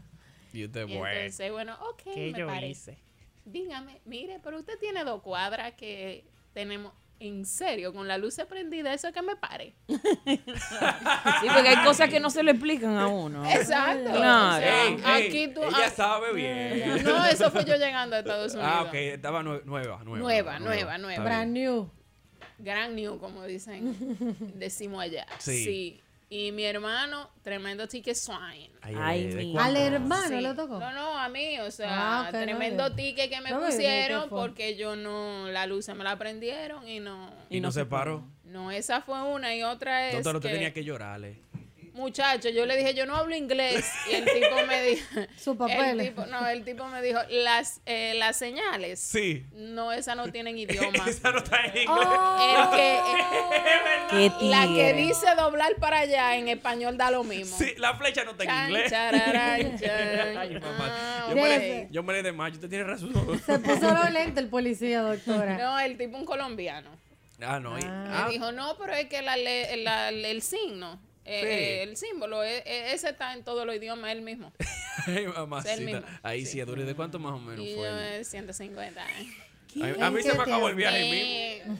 Y usted, Y bueno. Entonces, bueno, ok, ¿Qué me yo parece. Dígame, mire, pero usted tiene dos cuadras que tenemos. En serio, con la luz prendida, eso es que me pare. Sí, porque hay cosas que no se le explican a (laughs) uno. Exacto. Claro. O sea, Ey, ey, aquí tú. ella ah, sabe bien. No, eso fue yo llegando a Estados Unidos. Eh. Ah, ok, estaba nue- nueva, nueva. Nueva, nueva, nueva. Está bien. new. Gran new, como (laughs) dicen. Decimos allá. Sí. Sí. Y mi hermano, tremendo ticket swine. Ay, Ay, ¿de mi- cuánto? ¿Al hermano le tocó? No, no, a mí, o sea, Ah, ok, no, tremendo yo- ticket que me no, yo dije, ¿qué pusieron fue? porque yo no, la luz se me la prendieron y no. Y no se paró. No, esa fue una y otra es. Doctor, usted que- tenía que llorarle. Muchacho, yo le dije, yo no hablo inglés. Y (laughs) el tipo me (laughs) dijo. Su papel. El tipo, no, el tipo me dijo, las, eh, las señales. Sí. No, esas (laughs) no tienen idioma. Esa no está en inglés. Oh. El que, Qué la que tigre. dice doblar para allá en español da lo mismo. Sí, la flecha no está en Chan, inglés. chararán, chan. (laughs) Ah, Ay, mamá. Yo ok. me le- Yo me le de mayo, usted tiene razón. Se puso los lentes el policía, doctora. No, el tipo un colombiano. Ah, no. y- Me ah, dijo, no, pero es que la le- la- el signo, eh, Sí. eh, el símbolo, eh, eh, ese está en todos los idiomas, él mismo. ay, mamacita. Es el mismo, Ahí sí, dure ¿de cuánto más o menos Y fue? yo, eh, 150. A, a mí se me acabó el viaje mismo. Eh,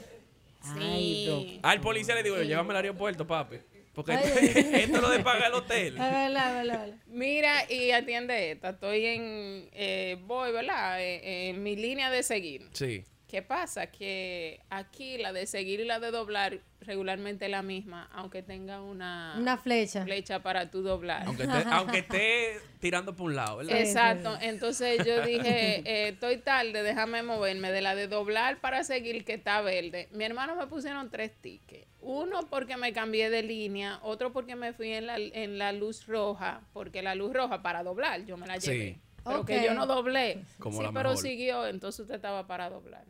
Ay, doctor. Al policía le digo, llévame al aeropuerto, papi. Porque Ay, (laughs) esto lo de pagar el hotel. Es verdad, es verdad, es verdad. Mira y atiende esta. Estoy en. eh, voy, ¿verdad? Eh, eh, en mi línea de seguir. Sí. ¿Qué pasa? Que aquí la de seguir y la de doblar regularmente es la misma, aunque tenga una. Una flecha. flecha para tú doblar. Aunque (laughs) esté, aunque esté tirando por un lado, ¿verdad? Exacto, entonces yo (laughs) dije, eh, estoy tarde, déjame moverme de la de doblar para seguir que está verde. Mi hermano me pusieron tres tickets, uno porque me cambié de línea, otro porque me fui en la, en la luz roja, porque la luz roja para doblar, yo me la Sí. llevé. Pero Ok. que yo no doblé. Como sí, la pero mejor. siguió, entonces usted estaba para doblar.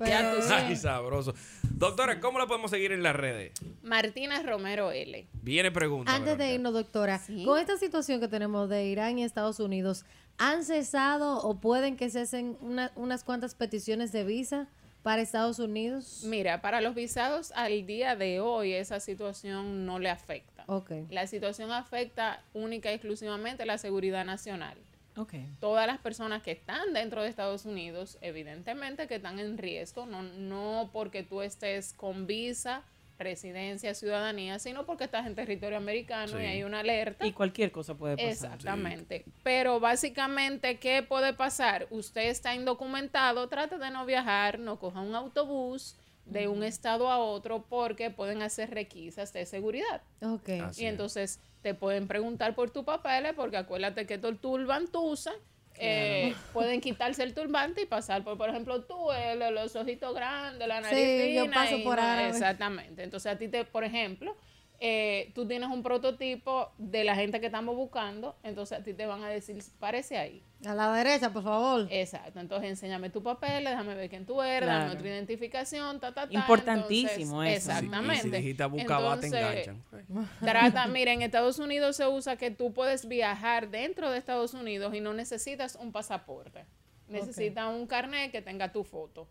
Ya tú Ay, sabes. sabroso. Doctora, ¿cómo la podemos seguir en las redes? Martina Romero L. Viene pregunta. Antes de irnos, doctora, con esta situación que tenemos de Irán y Estados Unidos, ¿han cesado o pueden que cesen una- unas cuantas peticiones de visa para Estados Unidos? Mira, para los visados al día de hoy esa situación no le afecta. Ok. La situación afecta única y exclusivamente la seguridad nacional. Ok. Todas las personas que están dentro de Estados Unidos, evidentemente que están en riesgo, no, no porque tú estés con visa, residencia, ciudadanía, sino porque estás en territorio americano Sí. y hay una alerta. Y cualquier cosa puede pasar. Exactamente. Pero básicamente, ¿qué puede pasar? Usted está indocumentado, trate de no viajar, no coja un autobús de un estado a otro porque pueden hacer requisas de seguridad. Ok. Ah, y entonces te pueden preguntar por tus papeles porque acuérdate que tu turbante tú usas. eh, (laughs) pueden quitarse el turbante y pasar por, por ejemplo, tú, el, los ojitos grandes, la Sí, nariz yo fina paso y por no- árabe. Exactamente. Entonces a ti, te, por ejemplo, eh, tú tienes un prototipo de la gente que estamos buscando, entonces a ti te van a decir, parece ahí. A la derecha, por favor. Exacto, entonces enséñame tu papel, déjame ver quién tú eres, Claro. dame tu identificación, ta, ta, ta. Importantísimo ah, Entonces, eso. Exactamente. Y si dijiste Bucabá, te Entonces, enganchan. Trata, mira, en Estados Unidos se usa que tú puedes viajar dentro de Estados Unidos y no necesitas un pasaporte. Necesitas un carnet que tenga tu foto.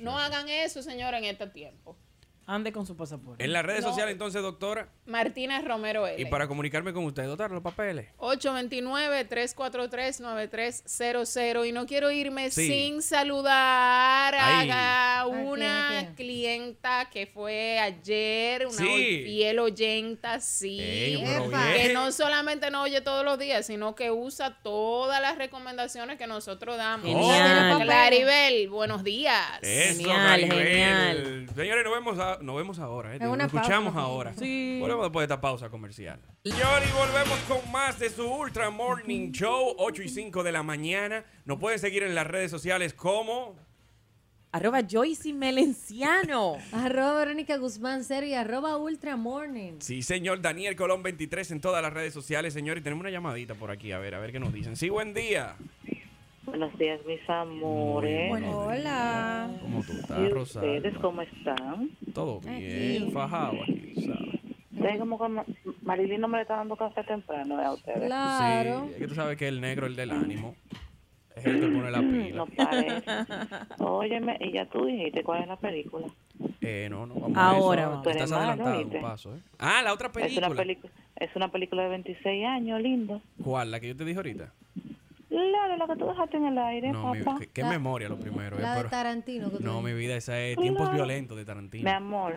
no hagan eso, señora, en este tiempo. Ande con su pasaporte. En las redes No. sociales, entonces, doctora. Martínez Romero L. Y para comunicarme con usted, doctora, los papeles. 829-343-9300. Y no quiero irme Sí. sin saludar Ahí. a ¿A quién, a una quién? clienta que fue ayer, una Sí. fiel oyenta, sí. Ey, pero Epa. bien. que no solamente nos oye todos los días, sino que usa todas las recomendaciones que nosotros damos. Genial. Claribel, buenos días. Eso, Genial, Maribel. genial. Señores, nos vemos, a- nos vemos ahora. ¿eh? Es Nos una escuchamos pausa. ahora. Sí. Volvemos después de esta pausa comercial. Señores, y volvemos con más de su Ultra Morning Show, 8 y 5 de la mañana. Nos pueden seguir en las redes sociales como... Arroba Joyce Melenciano. (laughs) Arroba Verónica Guzmán Cero y arroba Ultra Morning. Sí, señor, Daniel Colón 23 en todas las redes sociales, señores. Tenemos una llamadita por aquí, a ver, a ver qué nos dicen. Sí, buen día. Buenos días, mis amores. Buenos hola. ¿Cómo tú ¿Y estás, Rosario? ustedes cómo están? Todo Eh, bien, fajado aquí, ¿sabes? ¿Saben cómo que Ma- Marilyn no me le está dando café temprano eh, a ustedes? Sí, es que tú sabes que el negro, el del ánimo, es el que pone la pila. No parece. Óyeme, y ya tú dijiste cuál es la película. Eh, no, no, vamos Ahora a eso. vamos. Tú Estás Pero hermano, adelantado un ¿viste? paso, ¿eh? Ah, la otra Es una, película. pelicu- es una película de 26 años, lindo. ¿Cuál? ¿La que yo te dije ahorita? Claro, lo que tú dejaste en el aire, No, mi, papá. qué, qué memoria lo primero, ¿eh? La de Pero- Tarantino. que tú no, dices. mi vida, esa es Tiempos Claro. Violentos de Mi Tarantino. amor.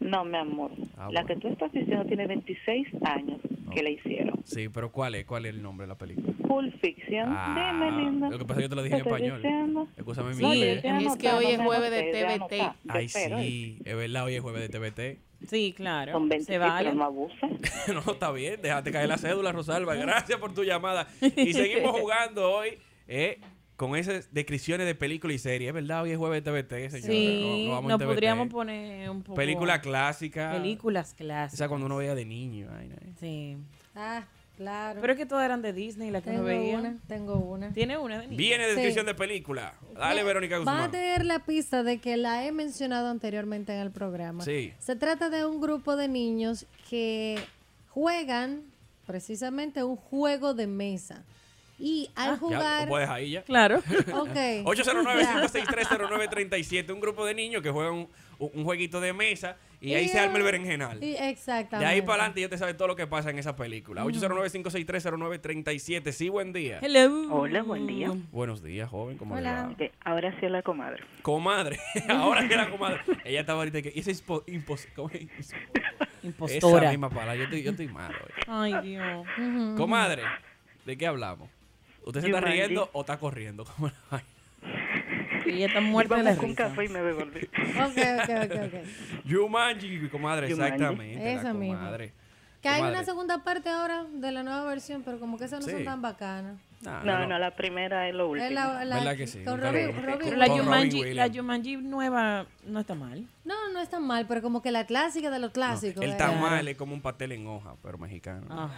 No, mi amor. Ah, La bueno. que tú estás diciendo tiene 26 años que la hicieron. Sí, pero ¿cuál es? ¿Cuál es el nombre de la película? Pulp Fiction. Ah, Dime, linda. lo que pasa es que yo te lo dije en estoy español. diciendo. Escúchame mi No, yo inglés. te voy a Es que anotar, hoy no es me jueves de anoté, voy a TBT. anotar. Ay, Espero, sí, es verdad, hoy es jueves de TBT. Sí, claro. Son 26, Se vale. pero no abusa. (laughs) no, está bien, déjate caer la (laughs) cédula, Rosalba. Gracias por tu llamada. Y seguimos jugando hoy eh, con esas descripciones de películas y series. Es verdad, hoy es jueves de TBT, señora. Sí, vamos en nos TBT. podríamos poner un poco... Película clásica. Películas O clásicas. sea, cuando uno veía de niño. vaina, eh. Sí. Ah, claro. Pero es que todas eran de Disney las que Tengo no veía. una, tengo una. Tiene una de niño. Viene descripción Sí. de película. Dale, Verónica Va a Guzmán. tener la pista de que la he mencionado anteriormente en el programa. Sí. Se trata de un grupo de niños que juegan precisamente un juego de mesa. Y al Ah, Ya, jugar... ¿lo puedes ahí ya? (laughs) Claro. Ok. 809-56309-37. Un grupo de niños que juegan un, un jueguito de mesa y ahí se arma el berenjenal. Y- De exactamente. ahí para adelante ya te sabes todo lo que pasa en esa película. 809-56309-37. Sí, buen día. Hola, buen día. Buenos días, joven. ¿Cómo le Hola. va? Ok, Ahora sí, hola, comadre. Comadre. (laughs) Ahora que era comadre. Ella estaba ahorita que... Esa es impo- impos- ¿cómo es? Impostora. Mm. Esa misma palabra. Yo estoy, yo estoy mal hoy. Ay, Dios. Comadre, ¿de qué hablamos? ¿Usted se está Jumanji. riendo o está corriendo? ¿Cómo (laughs) la vaina? Ella está muerta de la Vamos con risa. café y me devolví. Ok, ok, (laughs) ok, ok. Yumanji, comadre, Jumanji. exactamente. Esa la misma. comadre. Que hay Comadre. una segunda parte ahora de la nueva versión, pero como que esas no Sí. son tan bacanas. Nah, No, no, la primera es lo último. Es la- la- ¿Verdad que sí? con Nunca lo Robbie- viste. Robbie Pero la Con Robin Jumanji, la Williams. Jumanji nueva no está mal. No, no es tan mal, pero como que la clásica de los Ah, clásicos. El eh. tamal es como un pastel en hoja, pero mexicano.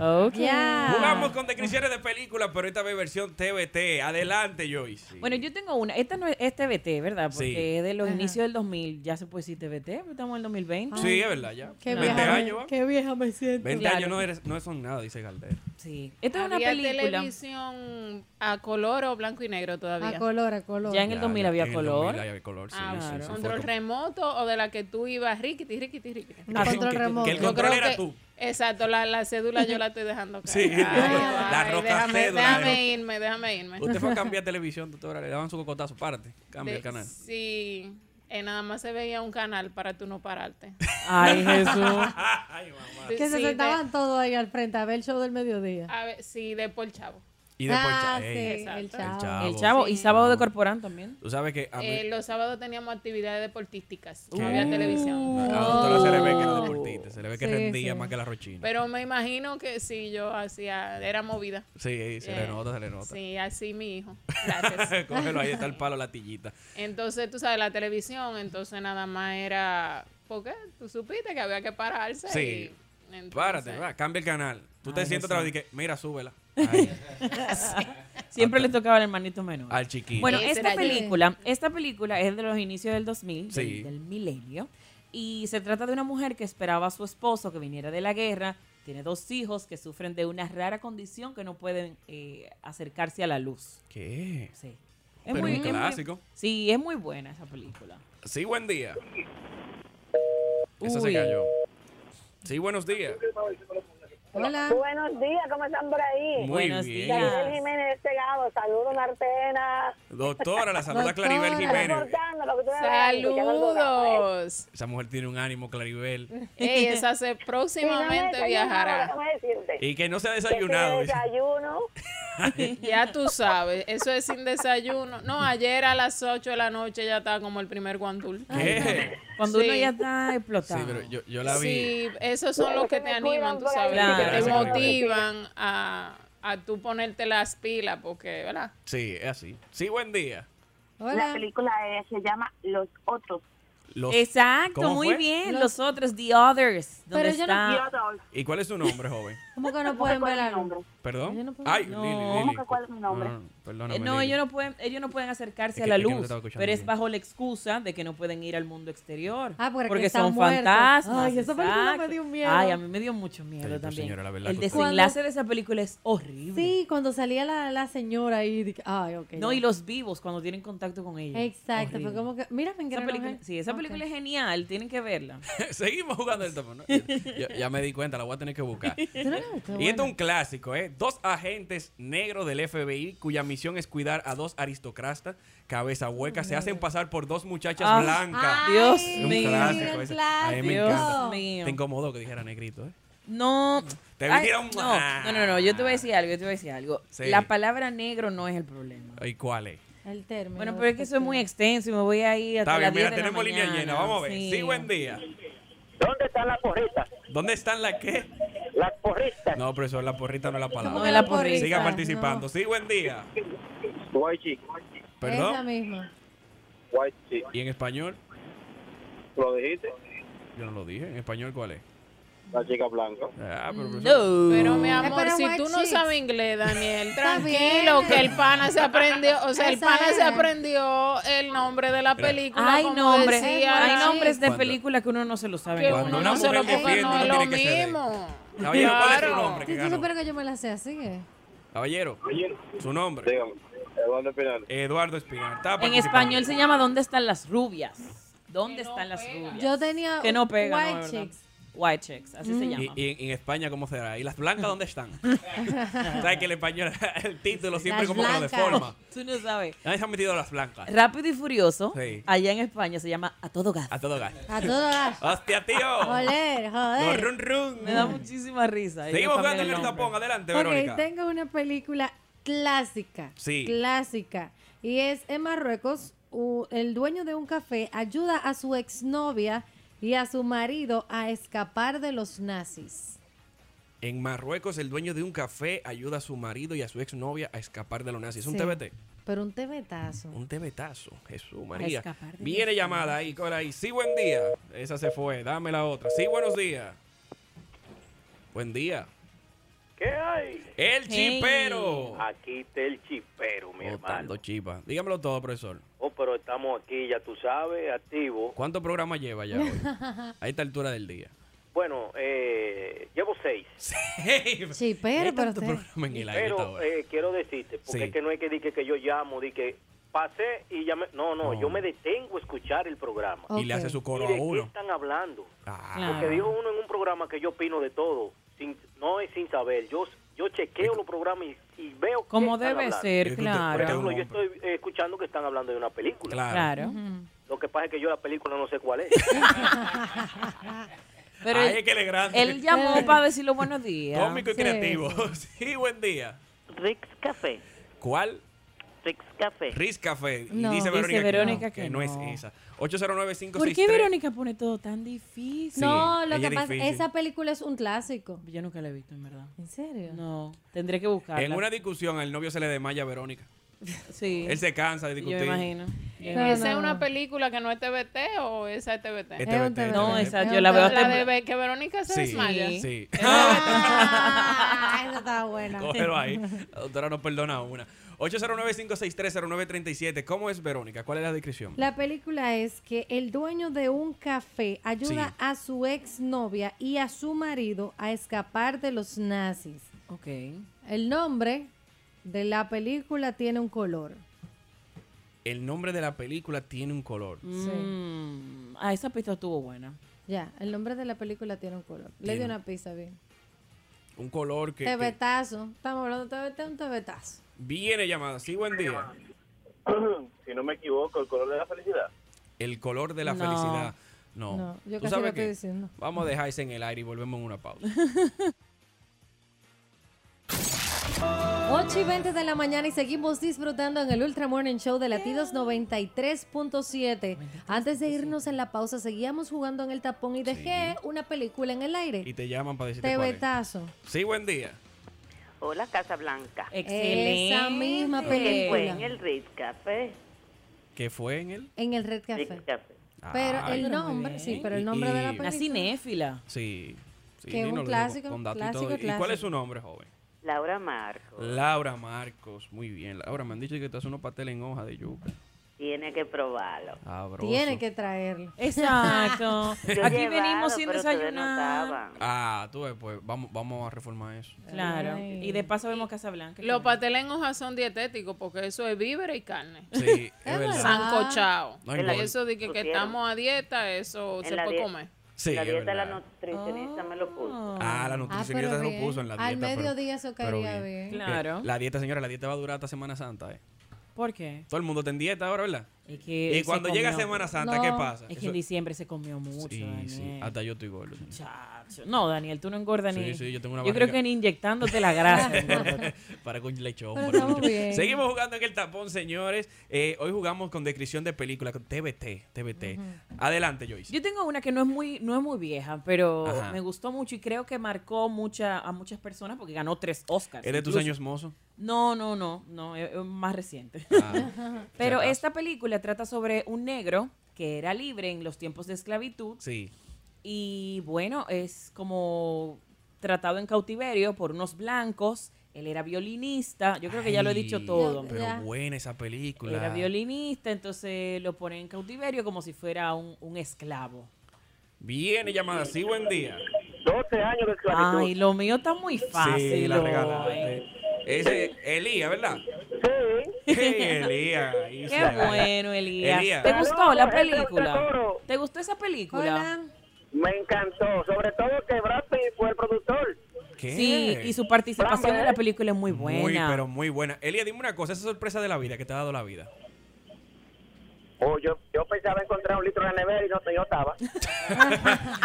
Ok. Ya. Jugamos con descripciones de películas, pero esta vez versión TBT. Adelante, Joyce. Bueno, yo tengo una. Esta no es, es TBT, ¿verdad? Porque Sí. es de los inicios del 2000. Ya se puede decir TBT, pero estamos en el 2020. Sí, es verdad, ya. Qué 20 vieja, años, me, ¿va? qué vieja me siento. 20 claro. años no, eres- no son nada, dice Galdera. Sí. Esta es una ¿Había película. televisión a color o blanco y negro todavía? A color, a color. Ya en el Ya, 2000 ya, había en el color. 2000 había color, sí, Ah, sí, claro. sí, fue ¿Control como- remoto o de la que tú ibas riquiti, riquiti, riquiti? No, control que- remoto. Que el Yo control creo era que- tú. Exacto, la, la cédula yo la estoy dejando caer. Sí, la roca déjame, cédula, déjame ¿no? irme, déjame irme. Usted fue a (laughs) cambiar televisión, doctora. Le daban su cocotazo. Párate. Cambia De- el canal. Sí, eh, nada más se veía un canal para tú no pararte. Ay, Jesús. (laughs) Ay, mamá. Que se Sí, Ah, sentaban todos ahí al frente a ver el show del mediodía. de- a ver, sí, de por chavo. Y después Ah, el, cha- sí, pues, ey, el el chavo. chavo. El chavo. Y sábado de corporán también. Tú sabes que a mí- Eh, los sábados teníamos actividades deportísticas. ¿Qué? No había televisión. a Ah, la doctora se le ve que Oh. era deportista. Se le ve que Sí, rendía sí. más que la rochina. (laughs) Pero me imagino que sí, yo hacía, era movida. Sí, se le Eh, nota, se le nota. Sí, así mi hijo. Gracias. Cógelo, ahí está el palo, la tillita. Entonces, tú sabes, la televisión, entonces nada más era Porque tú supiste que había que pararse. Sí. y entonces- Párate, ¿verdad? cambia el canal. Tú te Ay, sientes Jesús. otra vez y que, mira, súbela. (laughs) (laughs) Sí. Siempre le tocaba al hermanito menor. Al chiquito. Bueno, Ese era esta yo. película, esta película es de los inicios del 2000, Sí. del, del milenio, y se trata de una mujer que esperaba a su esposo que viniera de la guerra, tiene dos hijos que sufren de una rara condición que no pueden eh, acercarse a la luz. ¿Qué? Sí. Pero un clásico. sí, es muy buena esa película. Sí, buen día. Esa se Uy. cayó. Sí, buenos días. Hola. Buenos días, ¿cómo están por ahí? Muy Buenos bien. días. Claribel Jiménez de Segado, saludos Martena. Doctora, la saluda Claribel Jiménez. Reportando lo que tú me habías dicho, que no lo dudaba, ¿eh? Saludos. Esa mujer tiene un ánimo, Claribel. Ey, esa se (laughs) próximamente Sí, no me viajará. desayuno, déjame decirte. Y que no se ha Que tiene desayunado. dice. desayuno. (laughs) Ya tú sabes, eso es sin desayuno. No, ayer a las 8 de la noche ya estaba como el primer guandul. ¿Qué? Cuando Sí. uno ya está explotado. Sí, pero yo, yo la vi. Sí, esos son los que te animan, tú sabes, Claro. que te Gracias, Carolina. motivan a, a tú ponerte las pilas, porque, ¿verdad? Sí, es así. Sí, buen día. La película eh, se llama Los Otros. Los- Exacto, ¿Cómo muy fue? bien. Los, otros, The Others. Pero ¿dónde yo no- está? The Others. ¿Y cuál es su nombre, joven? ¿Cómo que no pueden pueden recuerdo ver el algo? nombre. ¿Perdón? Yo no puedo- Ay, No. Lili, Lili. ¿Cómo que cuál es mi nombre? Ah, perdóname, Eh, no, Lili. ellos no pueden, ellos no pueden acercarse Es a que- la es que no te luz, estaba escuchando pero es bien. bajo la excusa de que no pueden ir al mundo exterior, Ah, porque están son muertos. fantasmas. Ay, esa película me exacto. dio miedo. Ay, a mí me dio mucho miedo Pero, también. señora, la verdad El que usted- desenlace de esa película es horrible. Sí, cuando salía la, la señora ahí. di- Ay, ok. No, ya. y los vivos cuando tienen contacto con ellos. Exacto, fue Horrible. como que. Mira, me Esa engranojé. película, sí, esa Ok. película es genial, tienen (laughs) que verla. Seguimos jugando el teléfono. Ya, ya me di cuenta, la voy a tener que buscar. Y esto es un clásico, ¿eh? Dos agentes negros del FBI cuya misión es cuidar a dos aristocratas, cabeza hueca, se hacen pasar por dos muchachas Ah. blancas. Ay, Dios Es un mío. clásico ese. A mí me Dios encanta. mío. Te incomodó que dijera negrito, ¿eh? No. Te Ay, metieron- no, no, no, no, yo te voy a decir algo, yo te voy a decir algo. Sí. La palabra negro no es el problema. ¿Y cuál es? El término. Bueno, pero es que eso es muy extenso y me voy a ir hasta Está bien, las 10 mira, de la tenemos línea mañana. llena. Vamos a ver. Sí, buen día. ¿Dónde están las porritas? ¿Dónde están las qué? Las porritas. No, profesor, la porrita no es la palabra. que la porrita? Siga participando. Sí, buen día. Guaychi. Perdón. Esa misma. Guaychi. ¿Y en español? ¿Lo dijiste? Yo no lo dije. ¿En español cuál es? La chica blanca. Ah, pero, profesor. Pero mi amor, Eh, pero si white tú no chicks. sabes inglés, Daniel, Está tranquilo, bien. que el pana se aprendió, o sea, el Esa pana se es. aprendió el nombre de la película. Hay como nombres, decía- hay nombres de Cuando- películas que uno no se lo sabe. Que en uno español. no se lo ponga, no es lo mismo. Caballero, ¿cuál es tu Claro. nombre? que Sí, tú ganó? supieras que yo me la sé así que. Caballero, su nombre. Eduardo Espinar. Eduardo Espinar. Está En participando. español se llama ¿Dónde están las rubias? ¿Dónde están las rubias? Yo tenía que no pega, White no, ¿verdad? Chicks. White chicks, así se Y- llama. Y, en España cómo será? ¿Y las blancas dónde (laughs) están? ¿Sabes que el español, (laughs) el título siempre Las como que lo blancas. deforma? Tú no sabes. Nadie se han metido las blancas. Rápido y furioso. Sí. Allá en España se llama a todo gas. A todo gas. A todo gas. ¡Hostia, tío! Joder, Los joder. run run. Me da (laughs) muchísima risa. Ellos Seguimos cambian jugando en el nombre. tapón. Adelante, Verónica. Ok, tengo una película clásica. Sí. Clásica. Y es en Marruecos, u- el dueño de un café ayuda a su exnovia y a su marido a escapar de los nazis. En Marruecos, el dueño de un café ayuda a su marido y a su exnovia a escapar de los nazis. Es un Sí. TBT. Pero un tebetazo. Un tebetazo. Jesús, María. escapar de Viene llamada ahí, cola ahí. Sí, buen día. Esa se fue. Dame la otra. Sí, buenos días. Buen día. ¿Qué hay? El chipero. Oh. Aquí está el chipero, mi hermano. Botando chipa. Dígamelo todo, profesor. Oh, pero estamos aquí, ya tú sabes, activo. ¿Cuántos programas lleva ya (laughs) hoy? A esta altura del día. Bueno, eh, llevo seis. Sí, pero, pero usted- Programa en el aire Pero, esta hora. eh, quiero decirte, porque Sí. es que no es que dije que yo llamo, di que pasé y llamé. No, no, No. yo me detengo a escuchar el programa. Y le hace su coro ¿Y a de qué uno. están hablando? Ah. Porque dijo uno en un programa que yo opino de todo, sin, no es sin saber. Yo, yo chequeo los programas y, y veo. qué Como están debe hablando. ser, Es que usted- Por claro. ejemplo, yo usted estoy eh, escuchando que están hablando de una película. Claro. Claro. Lo que pasa es que yo la película no sé cuál es. (laughs) Pero Ay, él, es que él es grande. (laughs) él llamó para decirle buenos días. Cómico y Sí. creativo. (laughs) Sí, buen día. Rick's Café. ¿Cuál? Rick's Café. Riz Café. No. y dice Dice Verónica, que Verónica no, que, que no es no. esa. 809 ¿Por qué Verónica pone todo tan difícil? Sí, no, lo ella que es pasa, difícil. esa película es un clásico. Yo nunca la he visto, en verdad. ¿En serio? No, tendré que buscarla. En una discusión al novio se le desmaya a Verónica. (laughs) Sí. Él se cansa de discutir. Yo me imagino. ¿Esa es una película que no es TVT o esa es TVT? Es TVT, TVT. Este No, esa yo la veo La hasta- de Ve- que Verónica se Sí, desmaya. sí. Ah, esa estaba buena. (laughs) Cógelo ahí. La doctora no perdona una. 809-563-0937. ¿Cómo es Verónica? ¿Cuál es la descripción? La película es que el dueño de un café ayuda Sí. a su exnovia y a su marido a escapar de los nazis. Ok. El nombre de la película tiene un color. El nombre de la película tiene un color. Mm, ah, esa pista estuvo buena. Ya, el nombre de la película tiene un color. Le di Tiene. una pista bien. Un color Eh, que, que- Tebetazo. Estamos hablando de tebetazo, un tebetazo. viene llamada. Sí, buen día. si no me equivoco, el color de la felicidad. El color de la No. felicidad. No. No, yo Oh. ¿Tú casi sabes lo estoy qué? diciendo. Vamos a dejar eso en el aire y volvemos en una pausa. 8 y 20 de la mañana y seguimos disfrutando en el Ultra Morning Show de Latidos 93.7. Antes de irnos en la pausa, seguíamos jugando en el tapón y dejé una película en el Y aire. te llaman para decirte cuál es. Tebetazo. Sí, buen día. Hola, Casa Blanca. Excelente. Esa misma película. Que fue en el Red Café. ¿Qué fue en Ah, él? En el Red Café. Red Café. Pero Ay, el pero nombre, muy sí, bien. pero el nombre de la Y- película. Una cinéfila. Sí. sí Que es un dinoslo clásico, con datos y clásico, todo. ¿Y cuál clásico. es su nombre, joven? Laura Marco Laura Marcos. Muy bien, Laura. Me han dicho que te hace unos pasteles en hoja de yuca. tiene que probarlo. Sabroso. Tiene que traerlo. (laughs) Exacto. Yo he Aquí llevado, venimos sin pero ustedes no desayunar. estaban. Ah, tú ves, pues vamos, vamos a reformar eso. Claro. Y de paso vemos Casablanca. Los pasteles en hojas son dietéticos porque eso es víveres y carne. Sí, es verdad. Sancochado. No hay gol. eso de que, que estamos a dieta, eso En se la puede die- comer. Sí, la es dieta de la verdad. nutricionista me lo puso. Ah, la nutricionista se lo puso en la Al dieta. pero- mediodía eso pero caería bien. Claro. Que La dieta, señora, la dieta va a durar hasta Semana Santa, ¿eh? ¿Por qué? Todo el mundo está en dieta ahora, ¿verdad? Que y se cuando llega comió. Semana Santa, ¿qué pasa? Es que Eso- en diciembre se comió mucho. Sí, sí. Daniel. Hasta yo estoy gordo. Chacho. No, Daniel, tú no engordas Sí, ni. sí, yo tengo una creo barriga. que ni inyectándote la grasa. engordas. (laughs) para con lechón. para Pero con lechón. estamos bien. Seguimos jugando en el tapón, señores. Eh, hoy jugamos con descripción de película, con TBT, TBT. Adelante, Joyce. Yo tengo una que no es muy, no es muy vieja, pero Ajá. me gustó mucho y creo que marcó mucha, a muchas personas porque ganó tres Oscars. ¿Es de tus incluso. años mozo? No, no, no, no, es es más reciente. Ah, (laughs) pero si acaso. esta película trata sobre un negro que era libre en los tiempos de esclavitud Sí. y bueno, es como tratado en cautiverio por unos blancos. Él era violinista, yo creo que ya lo he dicho Ay, todo. Pero buena esa película. Era violinista, entonces lo ponen en cautiverio como si fuera un, un esclavo. Viene llamada, sí, buen día. 12 años de esclavitud. Ay, lo mío está muy fácil. Sí, la hoy. regalaste. Ese Elías, ¿verdad? Sí. Elías. ahí Qué se ve. bueno, Elías. Elías. ¿Te gustó la Saludos, gente del película? tesoro. ¿Te gustó esa película? Me encantó, sobre todo que Brad Pitt fue el productor. ¿Qué? Sí, y su participación en la película es muy buena. Muy, pero muy buena. Elías, dime una cosa, esa sorpresa de la vida que te ha dado la vida. Oh, yo, yo pensaba encontrar un litro en la nevera y no, yo (laughs) estaba.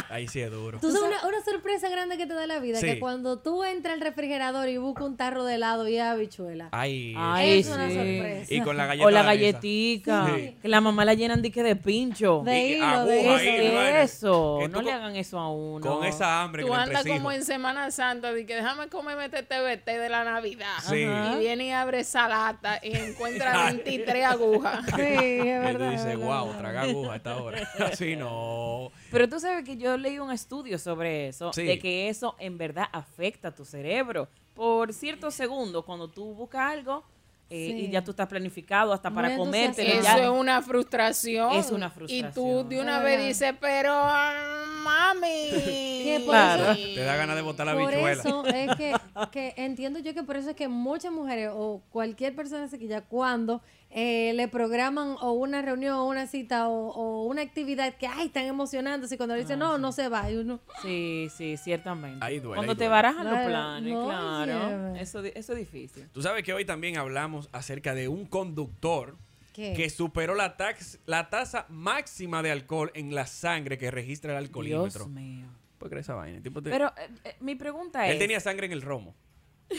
Ahí sí es duro. Tú sabes una, una sorpresa grande que te da la vida, Sí. que cuando tú entras al refrigerador y buscas un tarro de helado y habichuela. Ay, Ay, Es una sí. sorpresa. Y con la galleta O la de esa. galletica. Sí. Que la mamá la llenan de que de pincho. De ¿Qué hilo, Ah, de es hilo. eso? Que tú No le con- hagan eso a uno. Con esa hambre Tú que le andas entresijo. como en Semana Santa de que déjame comerme este TBT de la Navidad. Sí. Y viene y abre esa lata y encuentra Ay. 23 agujas. Que tú dices, wow, traga aguja a esta hora. (laughs) (laughs) Así no. Pero tú sabes que yo leí un estudio sobre eso, Sí. de que eso en verdad afecta a tu cerebro. Por ciertos segundos, cuando tú buscas algo eh, Sí. y ya tú estás planificado hasta para comerte. Eso es una frustración. Es una Y tú de una vez dices, pero ah, (laughs) mami. Que por eso- Te da ganas de botar la Por bichuela. eso eh, (laughs) es que, que entiendo yo que por eso es que muchas mujeres o cualquier persona así que ya cuando eh, le programan o una reunión o una cita o, o una actividad que ay tan emocionante y cuando le dicen no no se va y uno Sí, sí, ciertamente. Ahí duele, Cuando ahí te duele. barajan los Claro, planes, no, claro. lleva. Eso, di- eso es difícil. Tú sabes que hoy también hablamos acerca de un conductor ¿Qué? que superó la, tax- la tasa máxima de alcohol en la sangre que registra el alcoholímetro. Dios mío. ¿Por qué esa vaina? El tipo te- Pero eh, eh, mi pregunta es... Él (laughs) tenía sangre en el romo. (laughs)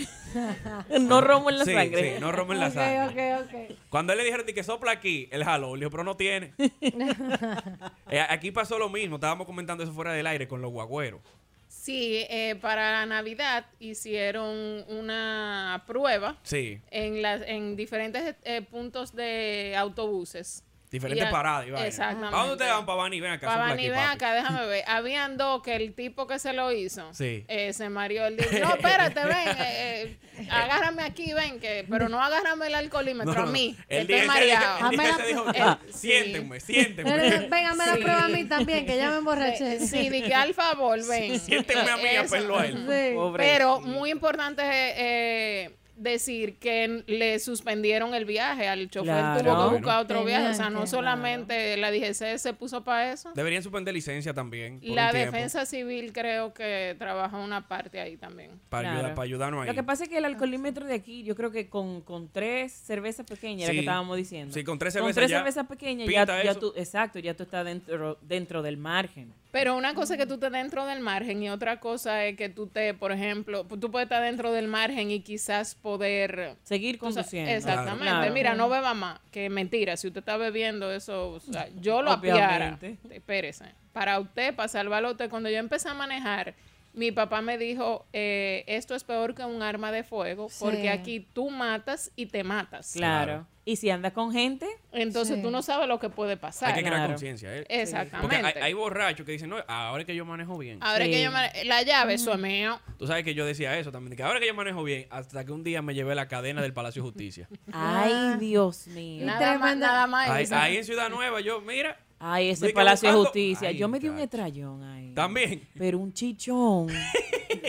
no romo en la Sí, sangre. sí, no romo en la Ok, sangre. ok, ok. Cuando a él le dijeron "Di que sopla aquí, él jaló. Le dijo, pero no (laughs) tiene. Eh, aquí pasó lo mismo. Estábamos comentando eso fuera del aire con los guagüeros. Sí, eh, para la Navidad hicieron una prueba Sí. en, las en diferentes eh, puntos de autobuses. Diferentes a- paradas. Y vaina. Exactamente. ¿Para dónde te van, Pavani? Ven acá. sopla Pavani, aquí, ven papi. (laughs) acá, déjame ver. Habían dos que el tipo que se lo hizo Sí. eh, se mareó. (laughs) Él dijo, no, espérate, ven, eh, eh, agárrame aquí, ven, que, pero no agárrame el alcoholímetro No, no, a mí, que El día estoy que se dijo- (laughs) mareado. el día que se dijo, "Ah, Eh, (laughs) siéntenme, siéntenme. Venga, me la prueba a mí también, que ya me emborraché. Sí, sí, di que al favor, ven. Siéntenme a mí (laughs) y a Eso. Perlo a él. Pobre. Pero muy importante eh, eh, decir que le suspendieron el viaje al chofer, Claro. tuvo que Ah, Bueno. buscar otro viaje. O sea, no Tenían que, solamente la DGC se puso para eso. Deberían suspender licencia también. por La un tiempo, defensa civil creo que trabaja una parte ahí también. Para, ayudar, Claro. para ayudarnos ahí. Lo que pasa es que el alcoholímetro de aquí, yo creo que con, con tres cervezas pequeñas, era Sí. que estábamos diciendo. Sí, con tres cervezas ya cervezas pequeñas, pinta ya, ya eso. tú, exacto, ya tú estás dentro, dentro del margen. Pero una cosa es que tú estés dentro del margen y otra cosa es que tú te, por ejemplo, pues, tú puedes estar dentro del margen y quizás poder... Seguir tú sa- conduciendo. Exactamente. Claro, claro. Mira, no beba más. Que mentira. Si usted está bebiendo eso, o sea, yo lo apiara. Obviamente. Espérese. Para usted, para salvarlo a usted. Cuando yo empecé a manejar, mi papá me dijo, eh, esto es peor que un arma de fuego Sí. porque aquí tú matas y te matas. Claro. Y si andas con gente, Entonces Sí. tú no sabes lo que puede pasar. Hay que crear conciencia. ¿eh? Exactamente. Porque hay, hay borrachos que dicen, no, ahora es que yo manejo bien. Ahora es que yo mane- la llave, eso es mío. Tú sabes que yo decía eso también, que ahora que yo manejo bien, hasta que un día me llevé la cadena del Palacio de (laughs) Justicia. ay, Dios mío. Ah. Nada más, nada más. ahí, eso. ahí en Ciudad Nueva, yo, mira, Ay, ese Diga, Palacio de buscando- Justicia. Ay, yo me di un estrellón ahí. también. Pero (laughs) un chichón.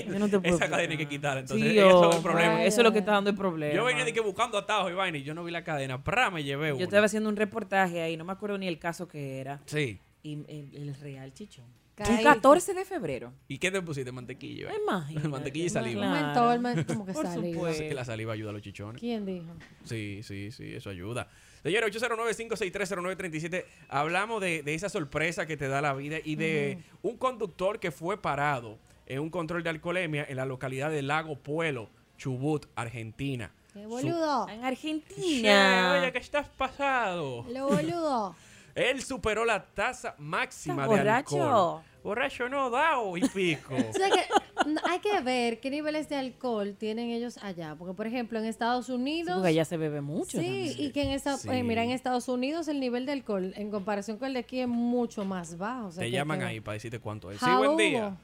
Yo no te puedo Esa cadena hay explicar. que quitarla, entonces Sí, eso oh, es el problema. Eso es lo que está dando el problema. Yo venía de que buscando atajos y vaina y yo no vi la cadena. Pra, me llevé Yo una. estaba haciendo un reportaje ahí, no me acuerdo ni el caso que era. Sí. Y el, el real chichón. Caíste. Un 14 de febrero. ¿Y qué te pusiste? Mantequilla. ¿eh? Imagínate, Mantequilla y saliva. Un mentol, Claro. men- como que Por saliva. supuesto. Sí, la saliva ayuda a los chichones. ¿Quién dijo? Sí, sí, sí, eso ayuda. Señores, 809-56309-37. Hablamos de, de esa sorpresa que te da la vida y de un conductor que fue parado en un control de alcoholemia en la localidad de Lago Puelo, Chubut, Argentina. ¡Qué boludo! En Che, oye, que estás pasado. ¡Lo boludo! Él superó la tasa máxima de ¿Estás borracho? alcohol. Borracho no, dao y (laughs) pico. O sea que n- hay que ver qué niveles de alcohol tienen ellos allá. Porque, por ejemplo, en Estados Unidos. Porque allá se bebe mucho. Sí, también. y que en esta, Sí. eh, mira, en Estados Unidos el nivel de alcohol en comparación con el de aquí es mucho más bajo. o sea Te que- llaman que- ahí para decirte cuánto es. Sí, Jaugo. buen día.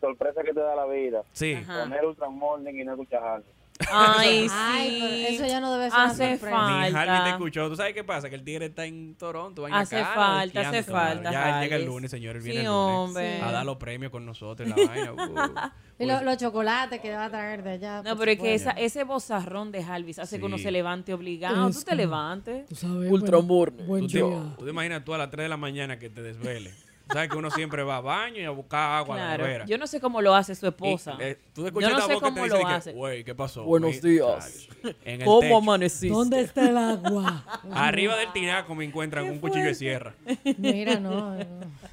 Sorpresa que te da la vida. Sí. Ajá. Poner ultra morning y no escuchar algo. (laughs) Ay, Ay, pero sí. eso ya no debe ser una Hace sorpresa. Ni Harley te falta. escuchó. ¿Tú sabes qué pasa? Que el tigre está en Toronto. en Hace Acala, falta, esquiando, hace claro. falta, Ya llega el Harley. lunes, señor. El Sí, viene el lunes. hombre. A dar los premios con nosotros. y La (laughs) vaina. Uh. Y lo- los chocolates que va a traer de allá. No, Ah, por pero es que supuesto. esa, ese bozarrón de Jarvis hace que uno Sí. se levante obligado. Es Tú te como- levantes. Ultra tú, te, tú te imaginas tú a las 3 de la mañana que te desvele. sabes que uno siempre va a baño y a buscar agua a la Claro. nevera. Yo no sé cómo lo hace su esposa. Y, eh, tú te Yo escuchas no esta sé voz que te cómo dice de lo que, hace. "Güey, ¿qué pasó? Buenos Güey, días. chale". En el ¿Cómo techo. amaneciste? ¿Dónde está el agua? Arriba del tinaco me encuentran un cuchillo de sierra. Mira, no. (laughs)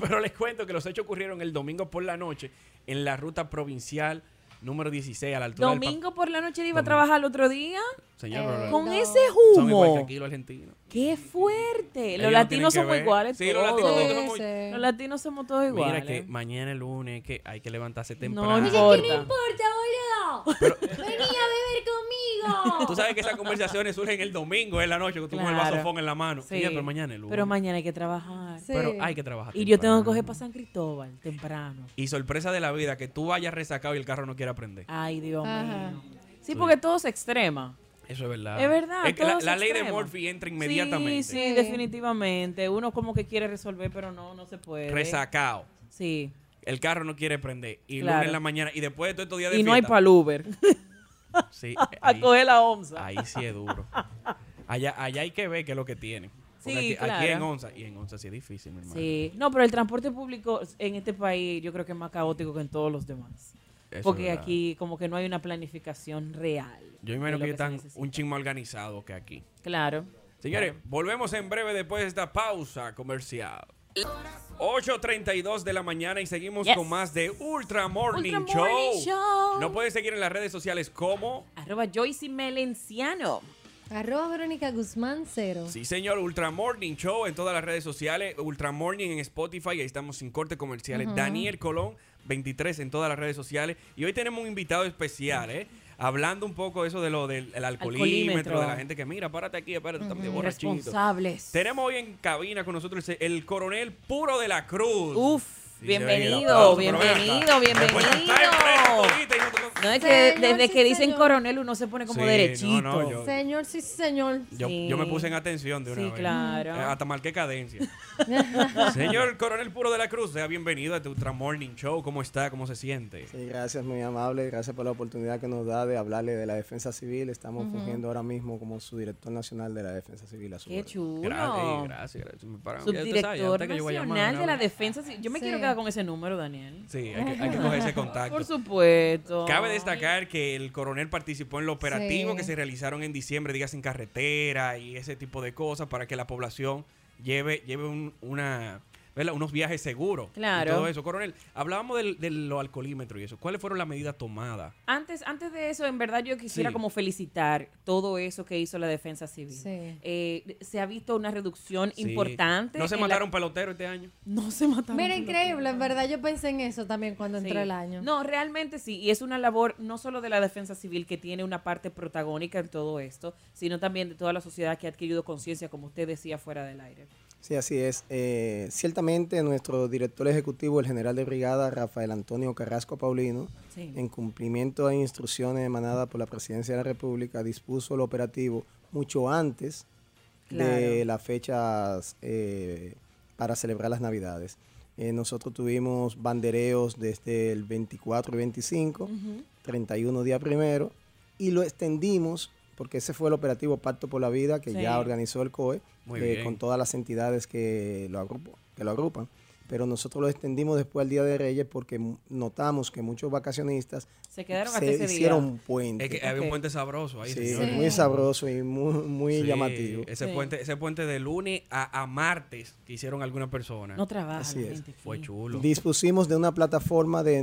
Pero les cuento que los hechos ocurrieron el domingo por la noche en la ruta provincial número 16 a la altura del Domingo por la noche él iba a Domingo. trabajar el otro día. pa- Señor, Eh, pero los- Eh, Con ese Son igual que humo. aquí los argentinos. ¡Qué fuerte! Ellos no tienen Los latinos que somos ver. iguales. Sí, los todos. latinos todos somos- Los latinos somos todos iguales. Mira que mañana es lunes que hay que levantarse eh. No temprano. eh, importa. boludo! ¡Vení a beber conmigo! Tú sabes que esas conversaciones surgen el domingo en la noche, que tú con el Claro. vasofón en la mano. Sí. Mira, Ah, pero mañana es lunes. Pero mañana hay que trabajar. Pero hay que trabajar Y yo tengo que coger para San Cristóbal temprano. Y sorpresa de la vida, que tú vayas resacado y el carro no quiera prender. Ay, Dios Ajá. mío. Sí, Sí. porque todo se extrema. Eso es verdad. Es verdad. Es que la, todo se la ley de extrema. Murphy entra inmediatamente. Sí, sí, definitivamente. Uno como que quiere resolver, pero no, no se puede. Resacado. Sí. El carro no quiere prender. Y Claro. lunes en la mañana. Y después de todos estos días de Y no hay fiesta, pa'l Uber. (laughs) Sí, eh, (laughs) A ahí- coger la onza. Ahí sí es (laughs) duro. Allá, allá hay que ver qué es lo que tienen. Porque Sí, aquí, aquí en claro. Onza. Y en Onza sí es difícil, mi hermano. Sí, no, pero el transporte público en este país yo creo que es más caótico que en todos los demás. Eso es Porque verdad. aquí como que no hay una planificación real. Yo imagino de lo que se están necesita. un chingo organizado que aquí. Claro. Señores, volvemos en breve después de esta pausa comercial. 8.32 de la mañana y seguimos con más de Ultra Morning, Ultra Show. Morning Show. No pueden seguir en las redes sociales como Arroba Joyce Melenciano. Arroba Verónica Guzmán cero. Sí, señor, Ultra Morning Show en todas las redes sociales, Ultra Morning en Spotify, ahí estamos sin corte comerciales. Ujú. Daniel Colón, 23 en todas las redes sociales. Y hoy tenemos un invitado especial, ¿eh? Hablando un poco eso de lo del el alcoholímetro, Alcoholímetro. de la gente que mira, párate aquí, párate, también Ujú. borrachito. Irresponsables. Tenemos hoy en cabina con nosotros el, el coronel Puro de la Cruz. Uf, Sí, bienvenido, señor, aplauso, pero ven acá. bienvenido, bienvenido. No es que Señor, desde sí, que dicen coronel uno se pone como Sí, no, derechito. no, yo- Señor, sí, señor. Yo, yo me puse en atención de una Sí, vez. claro. Eh, hasta marqué cadencia. (laughs) Señor Coronel Puro de la Cruz, sea bienvenido a tu Ultra Morning Show. ¿Cómo está? ¿Cómo se siente? Sí, gracias, muy amable. Gracias por la oportunidad que nos da de hablarle de la defensa civil. Estamos Ujú. fungiendo ahora mismo como su director nacional de la defensa civil. a su Qué vez. chulo. Gra- eh, gracias, gracias. Me paran. Ya usted sabe, ya Subdirector usted que yo voy a llamar, Nacional de ¿no? la Defensa. Civil. Yo me Sí. quiero quedar con ese número, Daniel. Sí, hay que, hay que coger ese contacto. Por supuesto. Cabe destacar que el coronel participó en los operativos Sí. que se realizaron en diciembre, digas en carretera y ese tipo de cosas, para que la población lleve, lleve un- una, ¿verdad? unos viajes seguros. y Claro. todo eso. Coronel, hablábamos del, de los alcoholímetros y eso. ¿Cuáles fueron las medidas tomadas? Antes, antes de eso, en verdad yo quisiera Sí. como felicitar todo eso que hizo la defensa civil. Eh, se ha visto una reducción Sí. importante. ¿No se en la- mataron peloteros este año? No se mataron. Mira, increíble, en verdad yo pensé en eso también cuando entró Sí. el año. No, realmente sí. Y es una labor no solo de la defensa civil que tiene una parte protagónica en todo esto, sino también de toda la sociedad que ha adquirido conciencia, como usted decía, fuera del aire. Sí, así es. Eh, ciertamente nuestro director ejecutivo, el general de brigada Rafael Antonio Carrasco Paulino, Sí. en cumplimiento de instrucciones emanadas por la Presidencia de la República, dispuso el operativo mucho antes de Claro. las fechas eh, para celebrar las Navidades. Eh, nosotros tuvimos bandereos desde el 24 y 25, Ujú. 31 día primero, y lo extendimos porque ese fue el operativo Pacto por la Vida que Sí. ya organizó el COE Muy eh, bien. con todas las entidades que lo, agrupo- que lo agrupan. Pero nosotros lo extendimos después al Día de Reyes porque mu- notamos que muchos vacacionistas Se quedaron se hasta ese día. hicieron un puente. Es que había un puente sabroso ahí. Sí, señores. muy sabroso y muy, muy Sí, llamativo. Ese, puente, ese puente de lunes a, a martes que hicieron algunas personas. No trabaja Así la es. gente, Fue chulo. Dispusimos de una plataforma de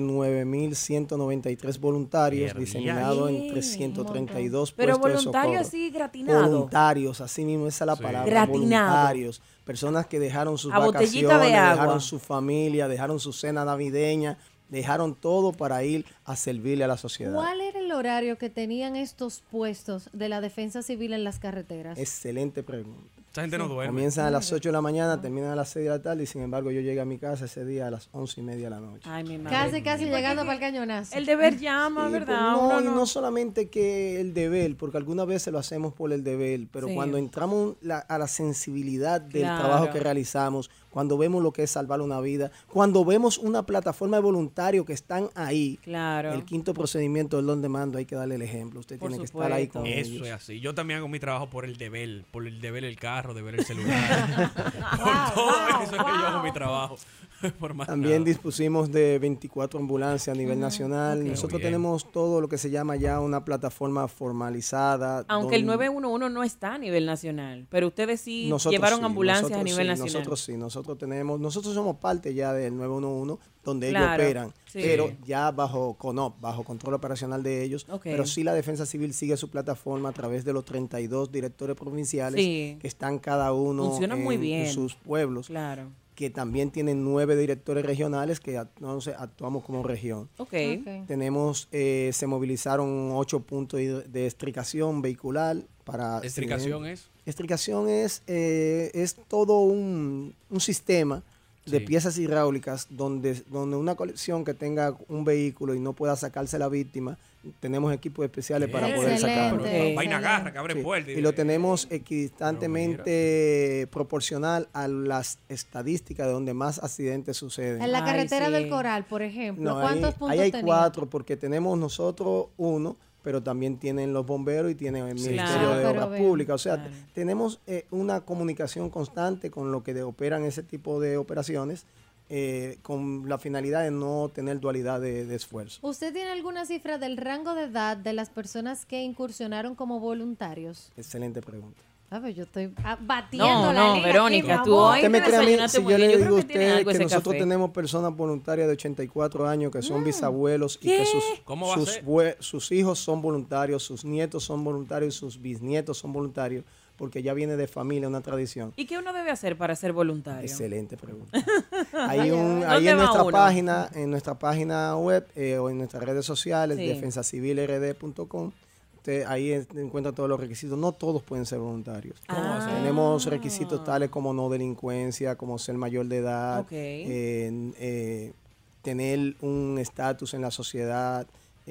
9.193 voluntarios diseminados en 332 Pero puestos de voluntario socorro. así, gratinado. Voluntarios, así mismo esa es la palabra. Gratinado. Voluntarios, personas que dejaron sus A vacaciones, botellita de agua. dejaron su familia, dejaron su cena navideña, dejaron todo para ir a servirle a la sociedad. ¿Cuál era el horario que tenían estos puestos de la defensa civil en las carreteras? Excelente pregunta. Esa gente no duerme. Comienzan a las 8 de la mañana, terminan a las 6 de la tarde y sin embargo yo llegué a mi casa ese día a las 11 y media de la noche. Ay, mi madre. Casi, casi Sí, llegando porque para el cañonazo. el deber llama, Sí, pues, ¿verdad? No, Ah, Uno y no- no solamente que el deber, porque algunas veces lo hacemos por el deber, pero Sí. cuando entramos la- a la sensibilidad del Claro. trabajo que realizamos, cuando vemos lo que es salvar una vida, cuando vemos una plataforma de voluntarios que están ahí, Claro. el quinto procedimiento es donde mando, hay que darle el ejemplo. Usted Por tiene que estar ahí con Eso ellos. es así. Yo también hago mi trabajo por el deber, por el deber el carro, deber el (laughs) celular. por todo eso es que yo hago mi trabajo. (laughs) por más También dispusimos de 24 ambulancias a nivel nacional. Nosotros Bien. tenemos todo lo que se llama ya una plataforma formalizada. Aunque el donde- 911 no está a nivel nacional, pero ustedes sí Nosotros llevaron sí, ambulancias a nosotros nivel sí, nacional. Nosotros sí, nosotros tenemos, nosotros somos parte ya del 911 donde ellos Claro, operan, sí. pero ya bajo CONOP, bajo control operacional de ellos, Ok. pero sí la Defensa Civil sigue su plataforma a través de los 32 directores provinciales Sí. que están cada uno Funciona muy en- en bien. sus pueblos. Claro. Que también tienen nueve directores regionales que act- entonces actuamos como región. Ok. Ok. Tenemos, eh, se movilizaron ocho puntos de de estricación vehicular para... ¿Estricación es? Estricación es, eh, es todo un, un sistema de Sí. piezas hidráulicas donde, donde una colección que tenga un vehículo y no pueda sacarse la víctima, tenemos equipos especiales para poder sacarlo. Excelente, Vaina excelente. garra, que abre puertas y- Y lo tenemos equidistantemente proporcional a las estadísticas de donde más accidentes suceden. En la carretera del Coral, por ejemplo, No, ahí, ¿cuántos puntos ahí hay tenían? cuatro, porque tenemos nosotros uno, pero también tienen los bomberos y tienen el Sí, Ministerio claro. Ah, de Pero Obras ven, Públicas. O sea, t- tenemos eh, una comunicación constante con lo que de- operan ese tipo de operaciones, eh, con la finalidad de no tener dualidad de, de esfuerzo. ¿Usted tiene alguna cifra del rango de edad de las personas que incursionaron como voluntarios? Excelente pregunta. Ah, pero yo estoy ah, batiendo No, la no, línea Verónica, aquí, tú vamos. hoy Usted me cree a mí, desayunaste si muy yo le bien. Yo digo creo a que tiene usted algo que ese nosotros café. Mm. tenemos personas voluntarias de 84 años que son bisabuelos y ¿Qué? que sus, ¿Cómo va a sus ser? bue- sus hijos son voluntarios, sus nietos son voluntarios, sus bisnietos son voluntarios, porque ya viene de familia una tradición. ¿Y qué uno debe hacer para ser voluntario? (laughs) Excelente pregunta. Hay un, ¿Dónde ahí en va nuestra uno? página, en nuestra página web eh, o en nuestras redes sociales, Sí. defensacivilrd.com, usted ahí en- encuentra todos los requisitos. No todos pueden ser voluntarios. ¿Cómo así? Tenemos requisitos tales como no delincuencia, como ser mayor de edad, Ok. en, eh, tener un estatus en la sociedad.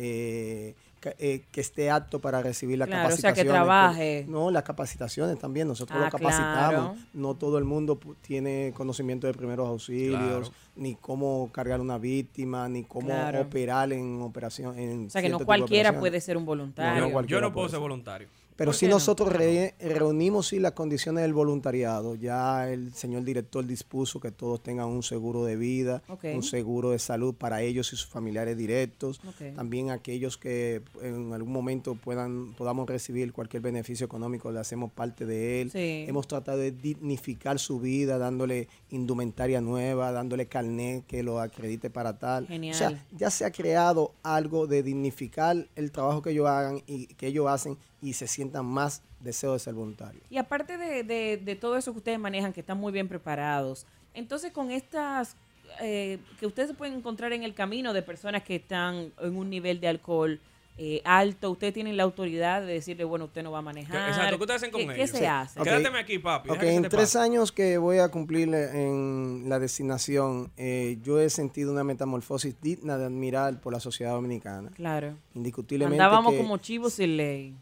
eh, ca- eh, que esté apto para recibir la Claro, o sea, capacitación. que trabaje. pues. No, las capacitaciones también. Nosotros Ah, lo capacitamos claro. no todo el mundo pu- tiene conocimiento de primeros auxilios, Claro. ni cómo cargar una víctima, ni cómo Claro. operar en operación. en O sea, que cierto tipo no de cualquiera operaciones. puede ser un voluntario. No, no Yo cualquiera no puede puedo ser voluntario. Pero ¿Por si qué no? nosotros re- reunimos sí, las condiciones del voluntariado, ya el señor director dispuso que todos tengan un seguro de vida, Ok. un seguro de salud para ellos y sus familiares directos, Ok. también aquellos que en algún momento puedan podamos recibir cualquier beneficio económico, le hacemos parte de él. Sí. Hemos tratado de dignificar su vida dándole indumentaria nueva, dándole carnet que lo acredite para tal. O sea, Genial. ya se ha creado algo de dignificar el trabajo que ellos hagan y que ellos hacen y se sientan más deseo de ser voluntarios. Y aparte de, de- de todo eso que ustedes manejan, que están muy bien preparados, entonces con estas eh, que ustedes se pueden encontrar en el camino de personas que están en un nivel de alcohol eh, alto, ustedes tienen la autoridad de decirle, bueno, usted no va a manejar. Exacto, ¿qué ustedes hacen con Ah, ¿Qué- ellos? ¿Qué se Sí. hace? Ok. Quédateme aquí, papi. Ok, deja que se en te tres pase. años que voy a cumplir eh, en la designación, eh, yo he sentido una metamorfosis digna de admirar por la sociedad dominicana. Claro. Indiscutiblemente. Andábamos que como chivos sin ley.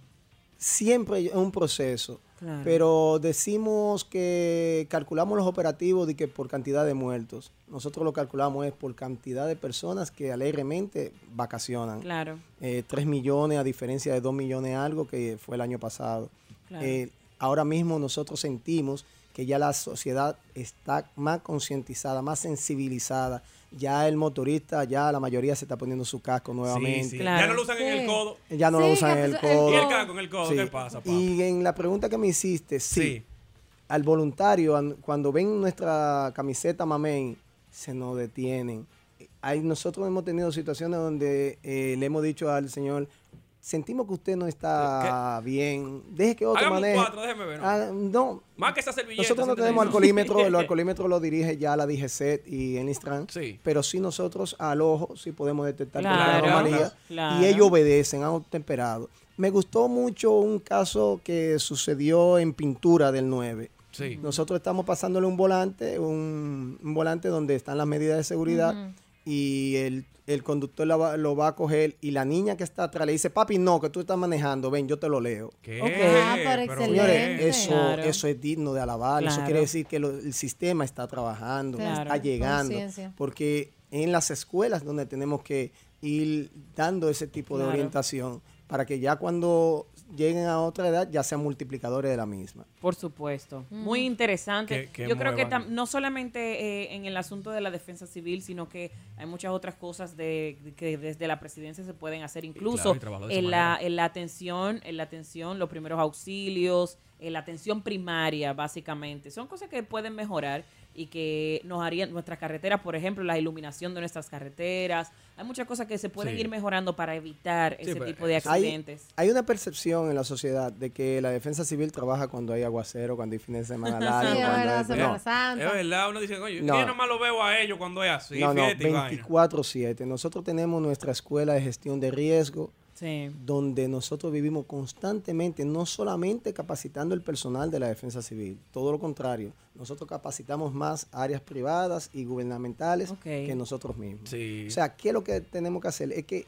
Siempre es un proceso. Claro. Pero decimos que calculamos los operativos de que por cantidad de muertos. Nosotros lo calculamos es por cantidad de personas que alegremente vacacionan. Claro. Eh, 3 millones a diferencia de 2 millones algo que fue el año pasado. Claro. Eh, ahora mismo nosotros sentimos que ya la sociedad está más concientizada, más sensibilizada. Ya el motorista, ya la mayoría se está poniendo su casco nuevamente. sí. Ya no lo usan en el codo. Ya no lo usan en el codo. Y el casco en el codo, Sí. ¿qué pasa, papi? Y en la pregunta que me hiciste, sí. Al voluntario, an- cuando ven nuestra camiseta mamén, se nos detienen. Hay, nosotros hemos tenido situaciones donde eh, le hemos dicho al señor, sentimos que usted no está bien, deje que otro Hágame un maneje. Eh, cuatro, déjeme ver. Ah, no, Más que esa servilleta. nosotros no esa tenemos servilleta. alcoholímetro, (laughs) el alcoholímetro lo dirige ya la DGCET y el Instran, pero sí nosotros al ojo sí podemos detectar que hay Claro, una anomalía claro. y ellos obedecen, han temperado. Me gustó mucho un caso que sucedió en pintura del 9. Sí. Nosotros estamos pasándole un volante, un, un volante donde están las medidas de seguridad Ujú. y el, el conductor la va- lo va a coger y la niña que está atrás le dice, papi, no, que tú estás manejando, ven, yo te lo leo. ¿Qué? Ah, pero Pero Señores, excelente. eso, Claro. eso es digno de alabar. Eso Claro. quiere decir que lo- el sistema está trabajando, Claro. está llegando. Conciencia. Porque en las escuelas donde tenemos que ir dando ese tipo de Claro. orientación para que ya cuando lleguen a otra edad ya sean multiplicadores de la misma. Por supuesto. Mm. Muy interesante. Que- que Yo creo que muevan. tam- no solamente eh, en el asunto de la defensa civil, sino que hay muchas otras cosas de, de- que desde la presidencia se pueden hacer, incluso y trabajarlo de esa en, la, en la atención, en la atención, los primeros auxilios, en la atención primaria, básicamente. Son cosas que pueden mejorar y que nos harían nuestras carreteras, por ejemplo, la iluminación de nuestras carreteras. Hay muchas cosas que se pueden Sí. ir mejorando para evitar Sí, ese pero, tipo de eh, hay- accidentes. Hay, una percepción en la sociedad de que la defensa civil trabaja cuando hay aguacero, cuando hay fines de (laughs) semana largo. cuando hay- no. Es verdad, uno dice, oye, No. yo nomás lo veo a ellos cuando es así. no, no, fíjate, y vaina. 24-7. Nosotros tenemos nuestra escuela de gestión de riesgo, Sí. donde nosotros vivimos constantemente, no solamente capacitando el personal de la defensa civil, todo lo contrario. Nosotros capacitamos más áreas privadas y gubernamentales Ok. que nosotros mismos. Sí. O sea, ¿qué es lo que tenemos que hacer? Es que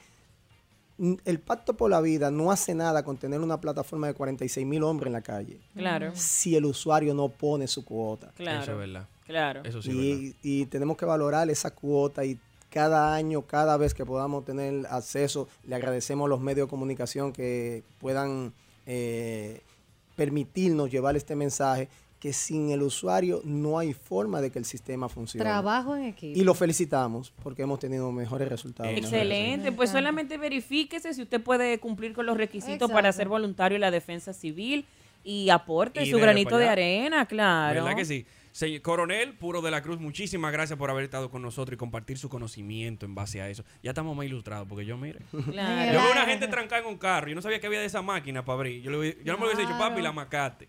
mm, el Pacto por la Vida no hace nada con tener una plataforma de 46 mil hombres en la calle. Claro. Si el usuario no pone su cuota. Claro. Eso es verdad. Claro. Eso sí es y, y tenemos que valorar esa cuota y cada año, cada vez que podamos tener acceso, le agradecemos a los medios de comunicación que puedan eh, permitirnos llevar este mensaje que sin el usuario no hay forma de que el sistema funcione. Trabajo en equipo. Y lo felicitamos porque hemos tenido mejores Ah, resultados. Excelente, pues solamente verifíquese si usted puede cumplir con los requisitos Exacto. para ser voluntario en la defensa civil. y aporte Y su dele granito pa' de allá. arena, claro. ¿Verdad que sí? Señor Coronel Puro de la Cruz, muchísimas gracias por haber estado con nosotros y compartir su conocimiento en base a eso. Ya estamos más ilustrados, porque yo, mire. Claro. Yo veo una gente trancada en un carro. Yo no sabía que había de esa máquina para abrir. Yo, le hubiese- yo no me hubiese dicho, papi, la (laughs) macate.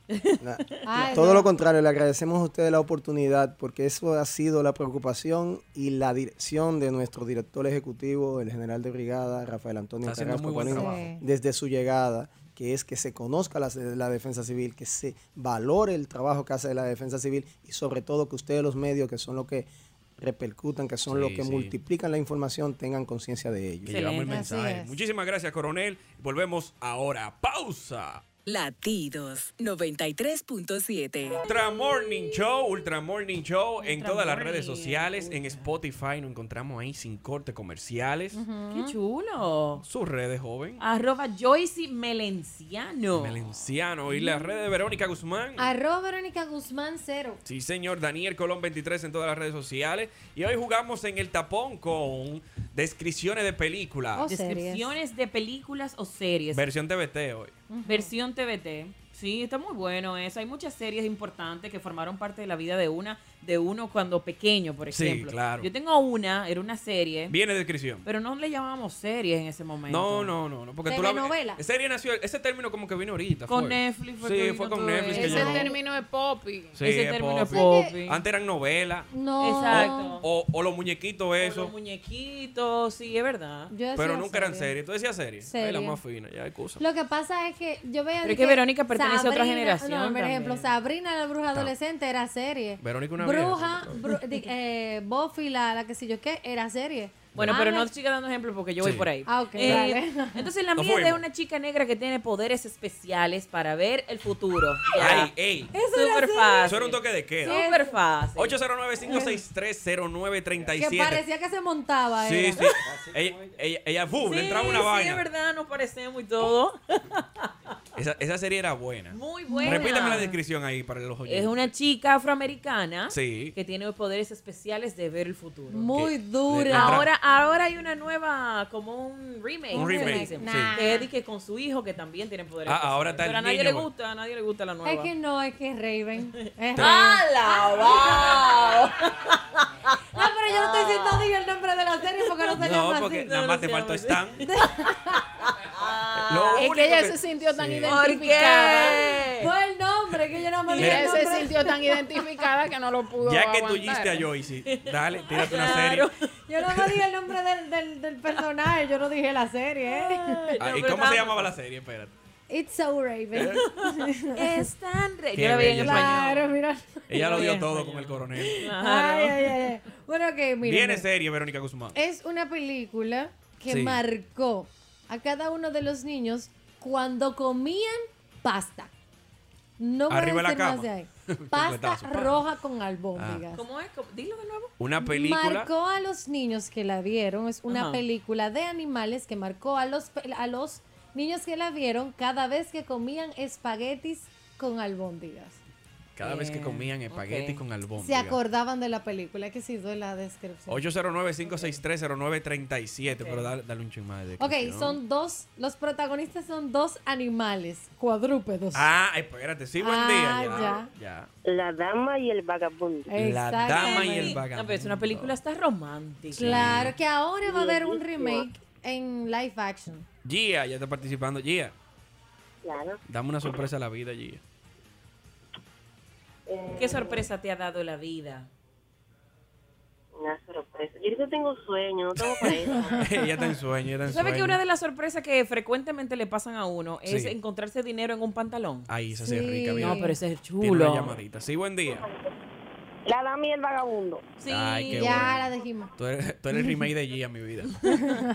Ay, Todo no. lo contrario, le agradecemos a ustedes la oportunidad porque eso ha sido la preocupación y la dirección de nuestro director ejecutivo, el general de brigada, Rafael Antonio Está haciendo muy buen Bonilla, trabajo. Sí. desde su llegada, que es que se conozca la, la defensa civil, que se valore el trabajo que hace la defensa civil y sobre todo que ustedes los medios, que son los que repercutan, que son los Sí, que sí. multiplican la información, tengan conciencia de ello. Que llevamos el mensaje. Muchísimas gracias, Coronel. Volvemos ahora. Pausa. Latidos 93.7. Ultra Morning Show, Ultra Morning Show en Ultra todas las Morning, redes sociales, en Spotify nos encontramos ahí sin corte comerciales. Qué chulo. Sus redes, joven. Arroba Joyce Melenciano. Melenciano y las redes de Verónica Guzmán. Arroba Verónica Guzmán cero. Sí, señor, Daniel Colón 23 en todas las redes sociales. Y hoy jugamos en el tapón con descripciones de películas. Oh, Descripciones de películas o series. Versión TBT hoy. Versión TBT. Sí, está muy bueno eso. Hay muchas series importantes que formaron parte de la vida de una, de uno cuando pequeño, por Sí, ejemplo. claro. Yo tengo una, era una serie, Viene descripción. pero no le llamábamos series en ese momento. No, no, no, no, porque tú la Telenovela. Serie nació, ese término como que vino ahorita. Con fue. Netflix fue que Sí, vino fue con todo Netflix que Ese llegó. término es poppy. Sí, Ese es término es Poppy. Poppy. Antes eran novelas. No. Exacto. O, o los muñequitos, eso. Muñequitos, sí, es verdad. pero nunca eran series. Tú decías series. Serie. Ay, la más fina, ya hay cosas. Lo que pasa es que yo veo. Pero de es que Verónica pertenece a otra generación No, por también. ejemplo, Sabrina la bruja Ta- adolescente era serie. Verónica una Bruja, vieja. bru- di- eh, Buffy, la, la que sé yo qué, era serie. Bueno, eh, pero no Ángel- siga dando ejemplos porque yo Sí. voy por ahí. Ah, ok, vale. (laughs) Entonces la Nos mía es de fuimos. una chica negra que tiene poderes especiales para ver el futuro. Ah, Ya. Ay, ey. Eso era Súper serie. fácil. Eso era un toque de queda. Súper fácil. 809-563-0937. Que parecía que se montaba. Sí, era. sí. Ella, ella, ella boom, le entraba una sí, vaina. es verdad, nos parecemos y todo. Esa, esa serie era buena. Muy buena. Repítame la descripción ahí para los oyentes. Es una chica afroamericana Sí. que tiene poderes especiales de ver el futuro. Muy dura. Ahora, ahora hay una nueva, como un remake. Un que remake, dicen, sí. Nah. Que es de que con su hijo que también tiene poderes Ah, especiales. ahora está el Pero a nadie niño. le gusta, a nadie le gusta la nueva. Es que no, es que (laughs) es Raven. Es Raven. Ah, ¡Hala! No, pero yo no estoy diciendo diga el nombre de la serie porque no se llama No, porque así. nada más te faltó Stan. Es (laughs) Lo que único ella se sintió tan identificada. qué? Fue el nombre que yo no me Ella dije. se sintió tan identificada que no lo pudo Ya que tú aguantar. hiciste a Joyce, dale, tírate (laughs) una serie. Yo no me dije el nombre del, del, del personaje, yo no dije la serie. ¿eh? Ah, ¿Y cómo se llamaba la serie? Espérate. It's so Raven. (laughs) Es tan re- Qué Yo la veía en bello. español. Claro, mira. Ella lo dio todo con el coronel. Ay, ay, ay, ay. Bueno, ok, eh, mira. Viene serie, Verónica Guzmán. Eh, Es una película que Sí. marcó a cada uno de los niños cuando comían pasta. No voy a Arriba la decir más cama. (laughs) de ahí. Un Pasta cuetazo, pa. roja con albóndigas. ¿Cómo es? ¿Cómo- Dilo de nuevo. Una Ah. película. Marcó a los niños que la vieron. Es una Ajá. película de animales que marcó a los, pe- a los niños que la vieron cada vez que comían espaguetis con albóndigas. Cada vez que comían espagueti con Se albóndiga. acordaban de la película que se hizo en la descripción. 809-563-0937. Pero dale, dale un ching más de Ok, descripción. son dos, los protagonistas son dos animales, cuadrúpedos. Ah, espérate, sí, buen Ah, día. Ya. La dama y el vagabundo. La dama y el No, pero es una película está romántica. Claro, que ahora va a haber un remake en live action. Gia, ya está participando. Gia, Claro. dame una sorpresa a la vida, Gia. (laughs) Eh, ¿Qué sorpresa te ha dado la vida? Una sorpresa. Yo ahorita tengo sueño, no tengo para eso. (laughs) ella está en sueño, ella está en ¿Sabes que sueño. una de las sorpresas que frecuentemente le pasan a uno es Sí. encontrarse dinero en un pantalón? Ahí, esa sí es rica. Sí. bien. No, pero ese es Tiene chulo. una llamadita. Sí, buen día. La dama y el vagabundo. Sí, Ay, qué ya bueno. (laughs) la dijimos. Tú eres, tú eres el remake de Gia, mi vida.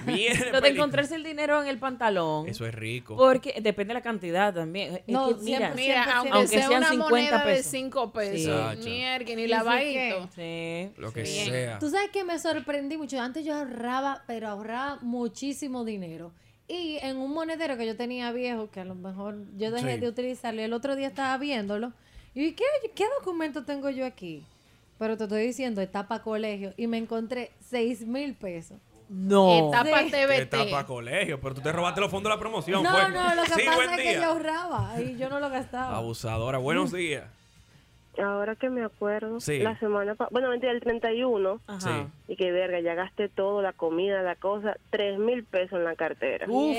Viene Lo de peli- encontrarse el dinero en el pantalón. Eso es rico. Porque depende de la cantidad también. Es No, que mira, siempre, Mira, siempre, aunque aunque sea sean una 50 moneda de pesos. cinco pesos, mierda, ni ¿Y lavadito. Sí. Lo que Sí. sea. Tú sabes que me sorprendí mucho. Antes yo ahorraba, pero ahorraba muchísimo dinero. Y en un monedero que yo tenía viejo, que a lo mejor yo dejé Sí. de utilizarlo, y el otro día estaba viéndolo. Y dije, ¿qué, qué documento tengo yo aquí? Pero te estoy diciendo, etapa colegio. Y me encontré seis mil pesos. No. Etapa Sí. TVT. Etapa colegio, pero tú te robaste los fondos de la promoción. pues. No, fue. no, lo que sí, buen pasa es día. que yo ahorraba y yo no (laughs) lo gastaba. Abusadora, buenos días. Ahora que me acuerdo, Sí. la semana pa- bueno, mentira, el 31, Sí. y que verga, ya gasté todo, la comida, la cosa, tres mil pesos en la cartera. Uf.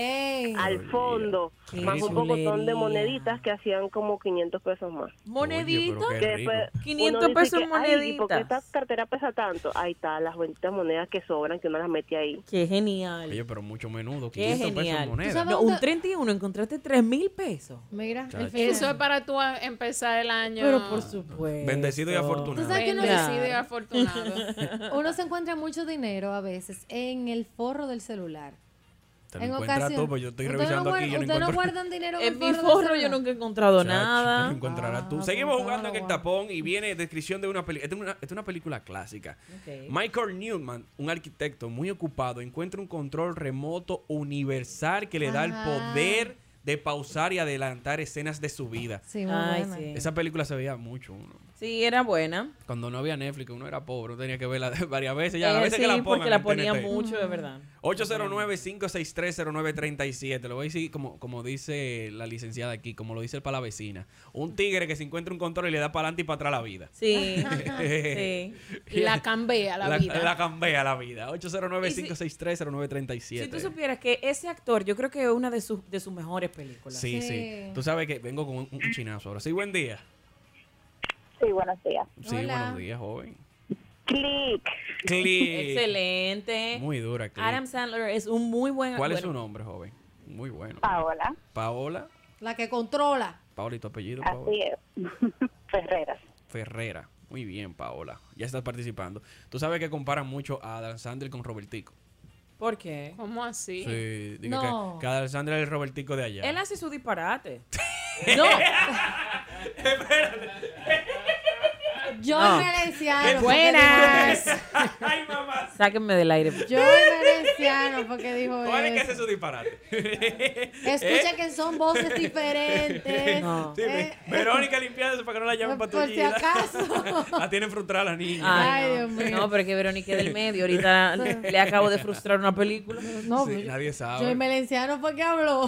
Al fondo, Qué más un poco chulería. son de moneditas que hacían como 500 pesos más. ¿Moneditas? Que después uno 500 dice pesos que, en "Ay, ¿y ¿Por qué esta moneditas. cartera pesa tanto? Ahí está, las bonitas monedas que sobran, que uno las mete ahí. Qué genial. Oye, pero mucho menudo. Qué 500 pesos en genial. moneda. No, un 31, encontraste 3 mil pesos. Mira, Chacho. fin de Eso es para tú a- empezar el año. Pero por supuesto. Bendecido y afortunado. ¿Tú sabes que uno- Bendecido y afortunado. Uno se encuentra mucho dinero a veces en el forro del celular. Te lo encuentras ocasión- todo, pues yo estoy ¿Ustedes revisando no aquí, guar- yo no ¿Ustedes no encuentro- guardan dinero en, (laughs) En el mi del forro yo celular? nunca he encontrado Chacho, nada. lo encontrarás Ah, tú. Seguimos jugando en el tapón y viene descripción de una película. Esta, es una- esta es una película clásica. Ok. Michael Newman, un arquitecto muy ocupado, encuentra un control remoto universal que le da el Ajá. poder de pausar y adelantar escenas de su vida. Sí, muy Ay, buena. sí. Esa película se veía mucho. uno. Sí, era buena. Cuando no había Netflix, uno era pobre, uno tenía que verla (laughs) varias veces. Ya, las Eh, veces sí, que la pongan porque la en ponía TNT. mucho, de verdad. 809-563-0937. Lo voy a decir como, como dice la licenciada aquí, como lo dice el palavecina. Un tigre que se encuentra un control y le da para adelante y para atrás la vida. (laughs) Sí. Y la cambia la, vida. La cambia la vida. Si tú 809-563-0937. supieras que ese actor, yo creo que es una de sus, de sus mejores películas. Sí, sí, Tú sabes que vengo con un, un chinazo ahora. Sí, buen día. Sí, buenos días. Sí, buenos días, joven. Click. Click. (laughs) Excelente. Muy dura, Click. Adam Sandler es un muy buen ¿Cuál es bueno, su nombre, joven? Muy bueno. Paola, Paola. La que controla. Paola, ¿y tu apellido, Paola? así es. (laughs) Ferreras. Ferrera. Muy bien, Paola. Ya estás participando. Tú sabes que comparan mucho a Adam Sandler con Robertico. ¿Por qué? ¿Cómo así? Sí, digo No. que, que Adam Sandler es el Robertico de allá. (laughs) Él hace su disparate. no. Yo No. herenciano. Buenas. Ay, mamá. Sáquenme del aire. Yo (laughs) herenciano porque dijo ¿Cuál es que eso. hace su (laughs) disparate? ¿Eh? Escucha que son voces (laughs) diferentes. ¿eh? No. Verónica limpiándose para que no la llamen para tu Por si vida. acaso. (laughs) La tienen frustrada la niña. Ay, no. No, pero es que Verónica es del medio. (laughs) Ahorita le acabo de frustrar una película. No, Sí, yo- nadie Yo sabe. el melenciano (laughs) porque habló.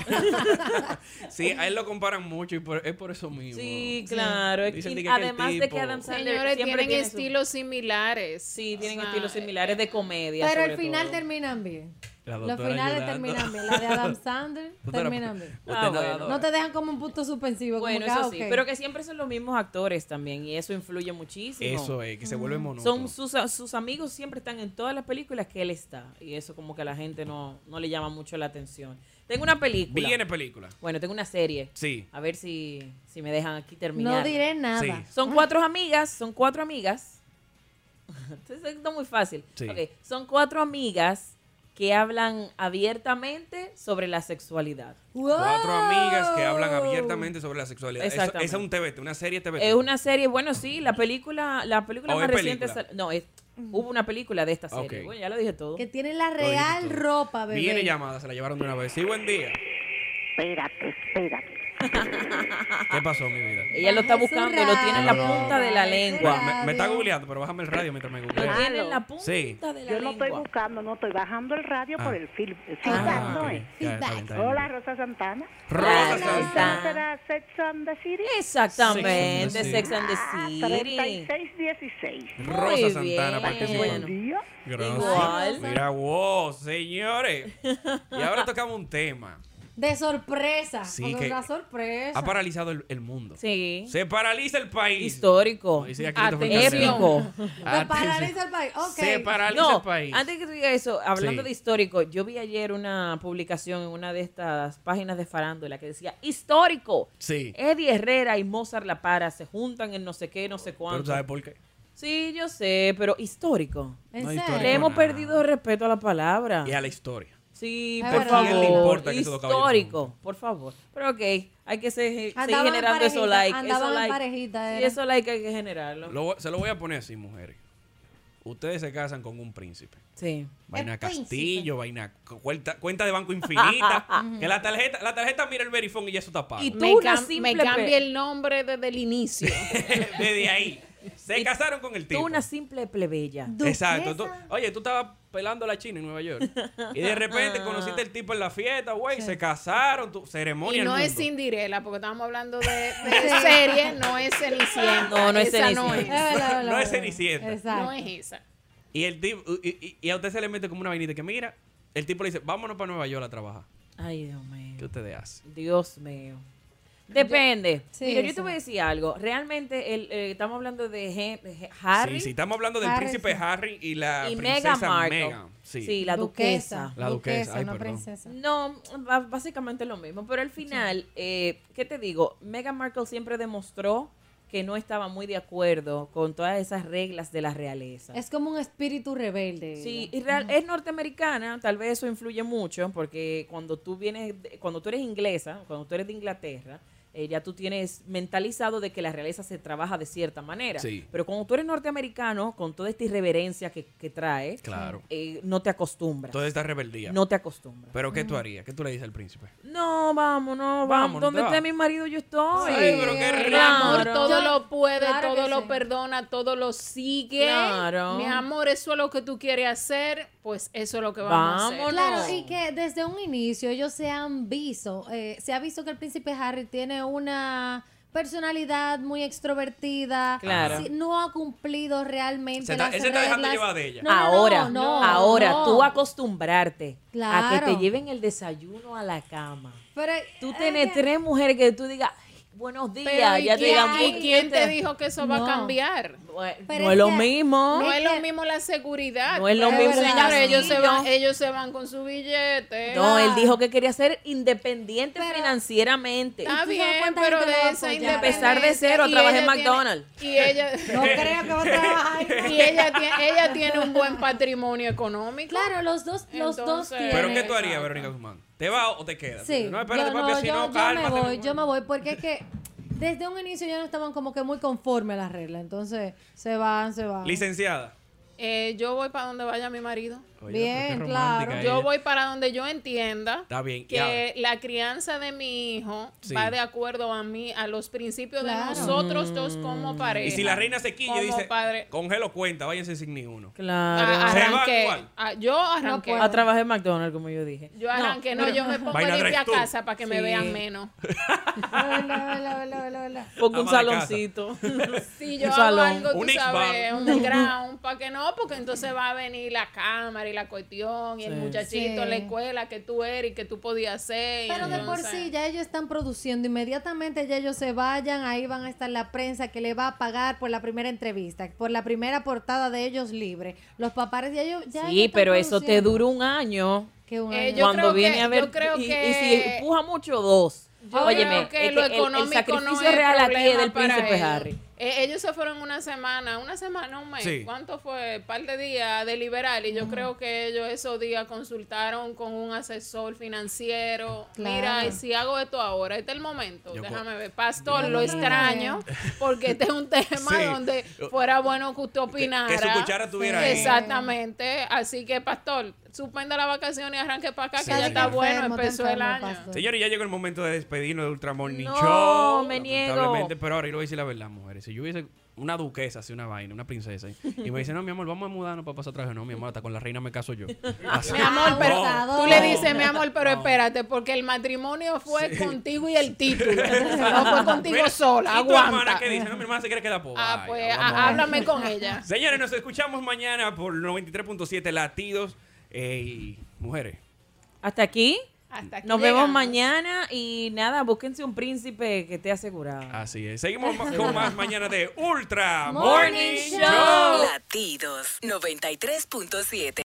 Sí, a él lo comparan mucho y por- es por eso mismo. Sí, claro. Es Dicen que de aquel además de tipo- que Adam Sandler Señores, siempre tienen tiene su- estilos similares. Sí, tienen estilos similares de comedia. Pero sobre al final todo. terminan bien. La Los doctora finales ayudando. terminan bien. La de Adam Sandler Doctora, terminan bien. usted Ah, no ha bueno. dado- No te dejan como un punto suspensivo. como Bueno, que, ah, eso sí. ok. Pero que siempre son los mismos actores también. Y eso influye muchísimo. Eso es, que se vuelve monótono. Son sus, sus amigos siempre están en todas las películas que él está. Y eso como que a la gente no, no le llama mucho la atención. Tengo una película. Viene película. Bueno, tengo una serie. Sí. A ver si, si me dejan aquí terminar. No diré nada. Sí. Son cuatro amigas, son cuatro amigas. Entonces esto es muy fácil. Sí. Ok, Son cuatro amigas que hablan abiertamente sobre la sexualidad. Cuatro amigas que hablan abiertamente sobre la sexualidad. Eso- Esa es Exactamente. un TVT, una serie TVT. Es una serie, bueno, sí, la película, la película Oh, más es reciente. película. sal- No, es, hubo una película de esta serie. Ok. Bueno, ya lo dije todo. Que tienen la real ropa, bebé. Viene llamada, se la llevaron de una vez. Sí, buen día. Espérate, espérate. ¿Qué pasó, mi vida? Ella lo está buscando, lo tiene en la punta de la lengua. Bueno, me, me está googleando, pero bájame el radio mientras me googlea. Lo tiene en la punta Sí. Yo no estoy buscando, no estoy bajando el radio Ah. por el fil- feedback, ¿no ok. es? Ya, está bien, está bien. Hola, Rosa Santana. Rosa Santana. Santana. será Sex and the City? Ah, Exactamente, Sex and the City. 3616. Rosa Santana participando. Buen día. Gracias. Igual. Mira, wow, señores. Y ahora tocamos un tema. De sorpresa. Sí, porque que- una sorpresa. Ha paralizado el, el mundo. Sí. Se paraliza el país. Histórico. Épico. Me paraliza el país. Ok. Se paraliza No, el país. antes que tú digas eso, hablando Sí. de histórico, yo vi ayer una publicación en una de estas páginas de farándula que decía histórico. Sí. Eddie Herrera y Mozart La Para se juntan en no sé qué, no sé Pero cuánto. ¿tú ¿sabes por qué? Sí, yo sé, pero histórico. ¿En No, serio? histórico Le hemos nada. perdido el respeto a la palabra. Y a la historia. Sí, Es por verdad. ¿A quién le favor. importa que esos dos caballos Histórico, por favor. Pero ok, hay que se- seguir Andaban en generando esos parejita, likes. andaban Esos en likes. parejita, Sí, era. esos likes hay que generarlo. Lo voy- se lo voy a poner así, mujeres. Ustedes se casan con un príncipe. Sí. Vaina El Castillo, príncipe. vaina cu- cuenta, cuenta de banco infinita. (laughs) Ujú. que la tarjeta, la tarjeta mira el verifón y ya eso está pago. me, una cam- simple me cambia (laughs) pe- el nombre desde el inicio. Desde ahí. Se casaron con el tipo. Tú una simple plebeya. Exacto. Tú- oye, tú estabas pelando a la China en Nueva York. Y de Ah. repente conociste al tipo en la fiesta, güey. Se casaron, tu ceremonia. Y al no mundo. es Cinderella, porque estábamos hablando de, de serie, no es Cenicienta. No, no es Esa No es, Cenicienta. Es verdad, es verdad, No es es verdad. Cenicienta. Exacto. No es esa. Y el tipo, y, y- y a usted se le mete como una vainita que mira, el tipo le dice, vámonos para Nueva York a trabajar. Ay, Dios mío. ¿Qué ustedes hacen? Dios mío. Depende. Sí, Mira, yo sí. te voy a decir algo. Realmente, el, eh, estamos hablando de gen- de gen- Harry. Sí, sí, estamos hablando del Harry, príncipe sí. Harry y la Y princesa Meghan Markle. Meghan. Sí. Sí, la duquesa. La duquesa, ay, perdón. No, ba- básicamente lo mismo. Pero al final, eh, ¿qué te digo? Meghan Markle siempre demostró que no estaba muy de acuerdo con todas esas reglas de la realeza. Es como un espíritu rebelde. Sí, ella. y real- es norteamericana, tal vez eso influye mucho, porque cuando tú vienes, de- cuando tú eres inglesa, cuando tú eres de Inglaterra, eh, ya tú tienes mentalizado de que la realeza se trabaja de cierta manera. Sí. Pero cuando tú eres norteamericano, con toda esta irreverencia que, que trae, Claro. eh, no te acostumbras. Toda esta rebeldía. No te acostumbras. ¿Pero qué tú Ujú. harías? ¿Qué tú le dices al príncipe? No, vamos, no, vamos. Vámonos, Donde esté vamos. mi marido, yo estoy. Ay, pero qué rico. El amor Claro. todo lo puede, claro todo que lo sí. perdona, todo lo sigue. Claro. Mi amor, eso es lo que tú quieres hacer, pues eso es lo que vamos a hacer. Claro, y que desde un inicio ellos se han visto, eh, se ha visto que el príncipe Harry tiene una personalidad muy extrovertida, Claro. Sí, no ha cumplido realmente Se está- las él se está dejando reglas. llevar de ella. No, no, no, ahora, no, ahora no. tú acostumbrarte a que Claro. te lleven el desayuno a la cama. Pero, eh, Tú tienes tres mujeres que tú digas, "Ay, buenos días, Pero, ¿y Ah, ya te quién- digan, y "Uy, quién ¿qué te dijo que eso va No. a cambiar? Pero no es es lo que- mismo. No es es lo que- mismo la seguridad. No es lo mismo un Señores, ellos se, van, eh, ah. castillo. ellos se van con su billete. No, él dijo que quería ser independiente financieramente. Está ¿Y tú sabes bien, cuánta pero gente de lo va a esa apoyar? independencia- Empezar de cero a y trabajar en ella tiene- McDonald's. Y ella. No creo (laughs) que va a trabajar. Y ella tiene, ella tiene un buen patrimonio económico. Claro, los dos, los dos tienen. ¿Pero qué tú harías, Verónica Guzmán? ¿Te vas o te quedas? Sí, No, espérate, yo, papi, no, si yo- no, yo me cálmate. voy, yo me voy, porque es que desde un inicio ya no estaban como que muy conformes a las reglas, entonces se van, se van. Licenciada. Eh, yo voy para donde vaya mi marido. Oye, Bien, pero qué romántica claro. ella. Yo voy para donde yo entienda Está bien, y que ahora. la crianza de mi hijo Sí. va de acuerdo a mí, a los principios Claro. de nosotros dos como pareja. Mm. Y si la reina se quilla y como dice, padre. congelo cuenta, váyanse sin ni uno. Claro. Se va Arranqué. igual. Ah, yo arranqué. a trabajar en McDonald's, como yo dije. Yo arranqué. No, pero- yo me pongo Vaina a limpiar drive-thru. casa para que me Sí. vean menos. Hola, hola, hola, hola, hola. Pongo un Ama de casa. (laughs) saloncito. Si yo Un hago salón. algo, tú Un Xbox. sabes, (laughs) un ground, para que no, porque entonces va a venir la cámara y la cuestión y el Sí. muchachito Sí. en la escuela que tú eres y que tú podías ser. Pero de por sí ya ellos están produciendo, inmediatamente ya ellos se vayan, ahí van a estar la prensa que le va a pagar por la primera entrevista, por la primera portada de ellos libre. Los papás ya ellos ya ellos Sí, están pero eso te produciendo. dura un año. Que un Eh, año. yo cuando creo viene que- a ver. yo creo y, y que- si empuja mucho, dos. Yo Óyeme, creo que es lo que el- el, económico no sacrificio es real aquí es problema del para príncipe ellos. Harry. Eh, ellos se fueron una semana, una semana, un mes, Sí. ¿cuánto fue? Un par de días de liberal y yo creo que ellos esos días consultaron con un asesor financiero. Claro. Mira, y si hago esto ahora, este es el momento, Yo co- déjame ver. Pastor, Yo lo creo. extraño porque este es un tema (laughs) Sí. donde fuera bueno que usted opinara. que su cuchara estuviera ahí. Exactamente, así que pastor, suspenda la vacación y arranque para acá Sí, que ya está señor. bueno, Enfermo, está empezó el enfermo, año. Señores, ya llegó el momento de despedirnos de Ultramorning No, Show. me niego. lamentablemente, Pero ahora yo le voy a decir la verdad, mujeres. Si yo hubiese una duquesa, así una vaina, una princesa, (laughs) y me dice, no, mi amor, vamos a mudarnos para pasar traje. No, mi amor, hasta con la reina me caso yo. Así. Mi amor, pero No, tú le no. dices, mi amor, pero espérate, porque el matrimonio fue contigo y el título. (laughs) No fue contigo Mira, sola. ¿y tu hermana Aguanta. qué dice? No, mi hermana se quiere quedar pobre. Ah, Ay, pues vamos ah, a- háblame con ella. Señores, nos escuchamos mañana por 93.7 Latidos. Ey, mujeres. Hasta aquí. Hasta aquí Nos vemos llegamos. mañana y nada, búsquense un príncipe que esté asegurado. Así es. (laughs) Seguimos ma- con más mañana de Ultra Morning Morning Show. Show. Latidos 93.7.